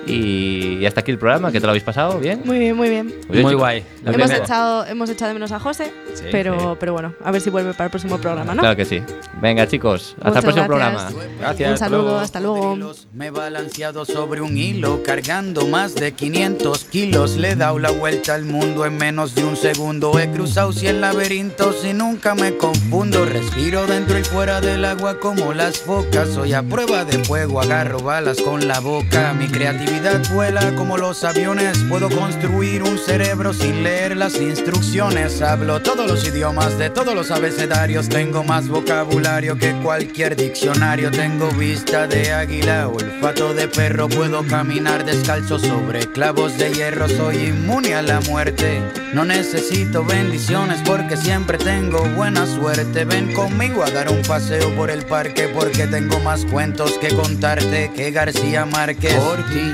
Y, y hasta aquí el programa, que te lo habéis pasado bien. Muy bien, muy bien. bien, Muy chicos. guay. la Hemos primera. echado, hemos echado de menos a José, Sí, pero, sí. pero bueno, a ver si vuelve para el próximo programa, ¿no? Claro que sí. Venga, chicos, hasta Muchas el próximo gracias. programa. Gracias. Un hasta saludo, luego. hasta luego. Cocodrilos, Me he balanceado sobre un hilo, cargando más de 500 kilos. Le he dado la vuelta al mundo en menos de un segundo. He cruzado cien laberintos y nunca me confundo. Respiro dentro y fuera del agua como las focas. Soy a prueba de fuego, agarro balas con la boca. Mi creatividad vuela como los aviones. Puedo construir un cerebro sin leer las instrucciones. Hablo todos los idiomas de todos los abecedarios. Tengo más vocabulario que cualquier diccionario. Tengo vista de águila, olfato de perro. Puedo caminar descalzo sobre clavos de hierro. Soy inmune a la muerte. No necesito bendiciones porque siempre tengo buena suerte. Ven conmigo a dar un paseo por el parque porque tengo más cuentos que contarte que García Márquez. Por ti,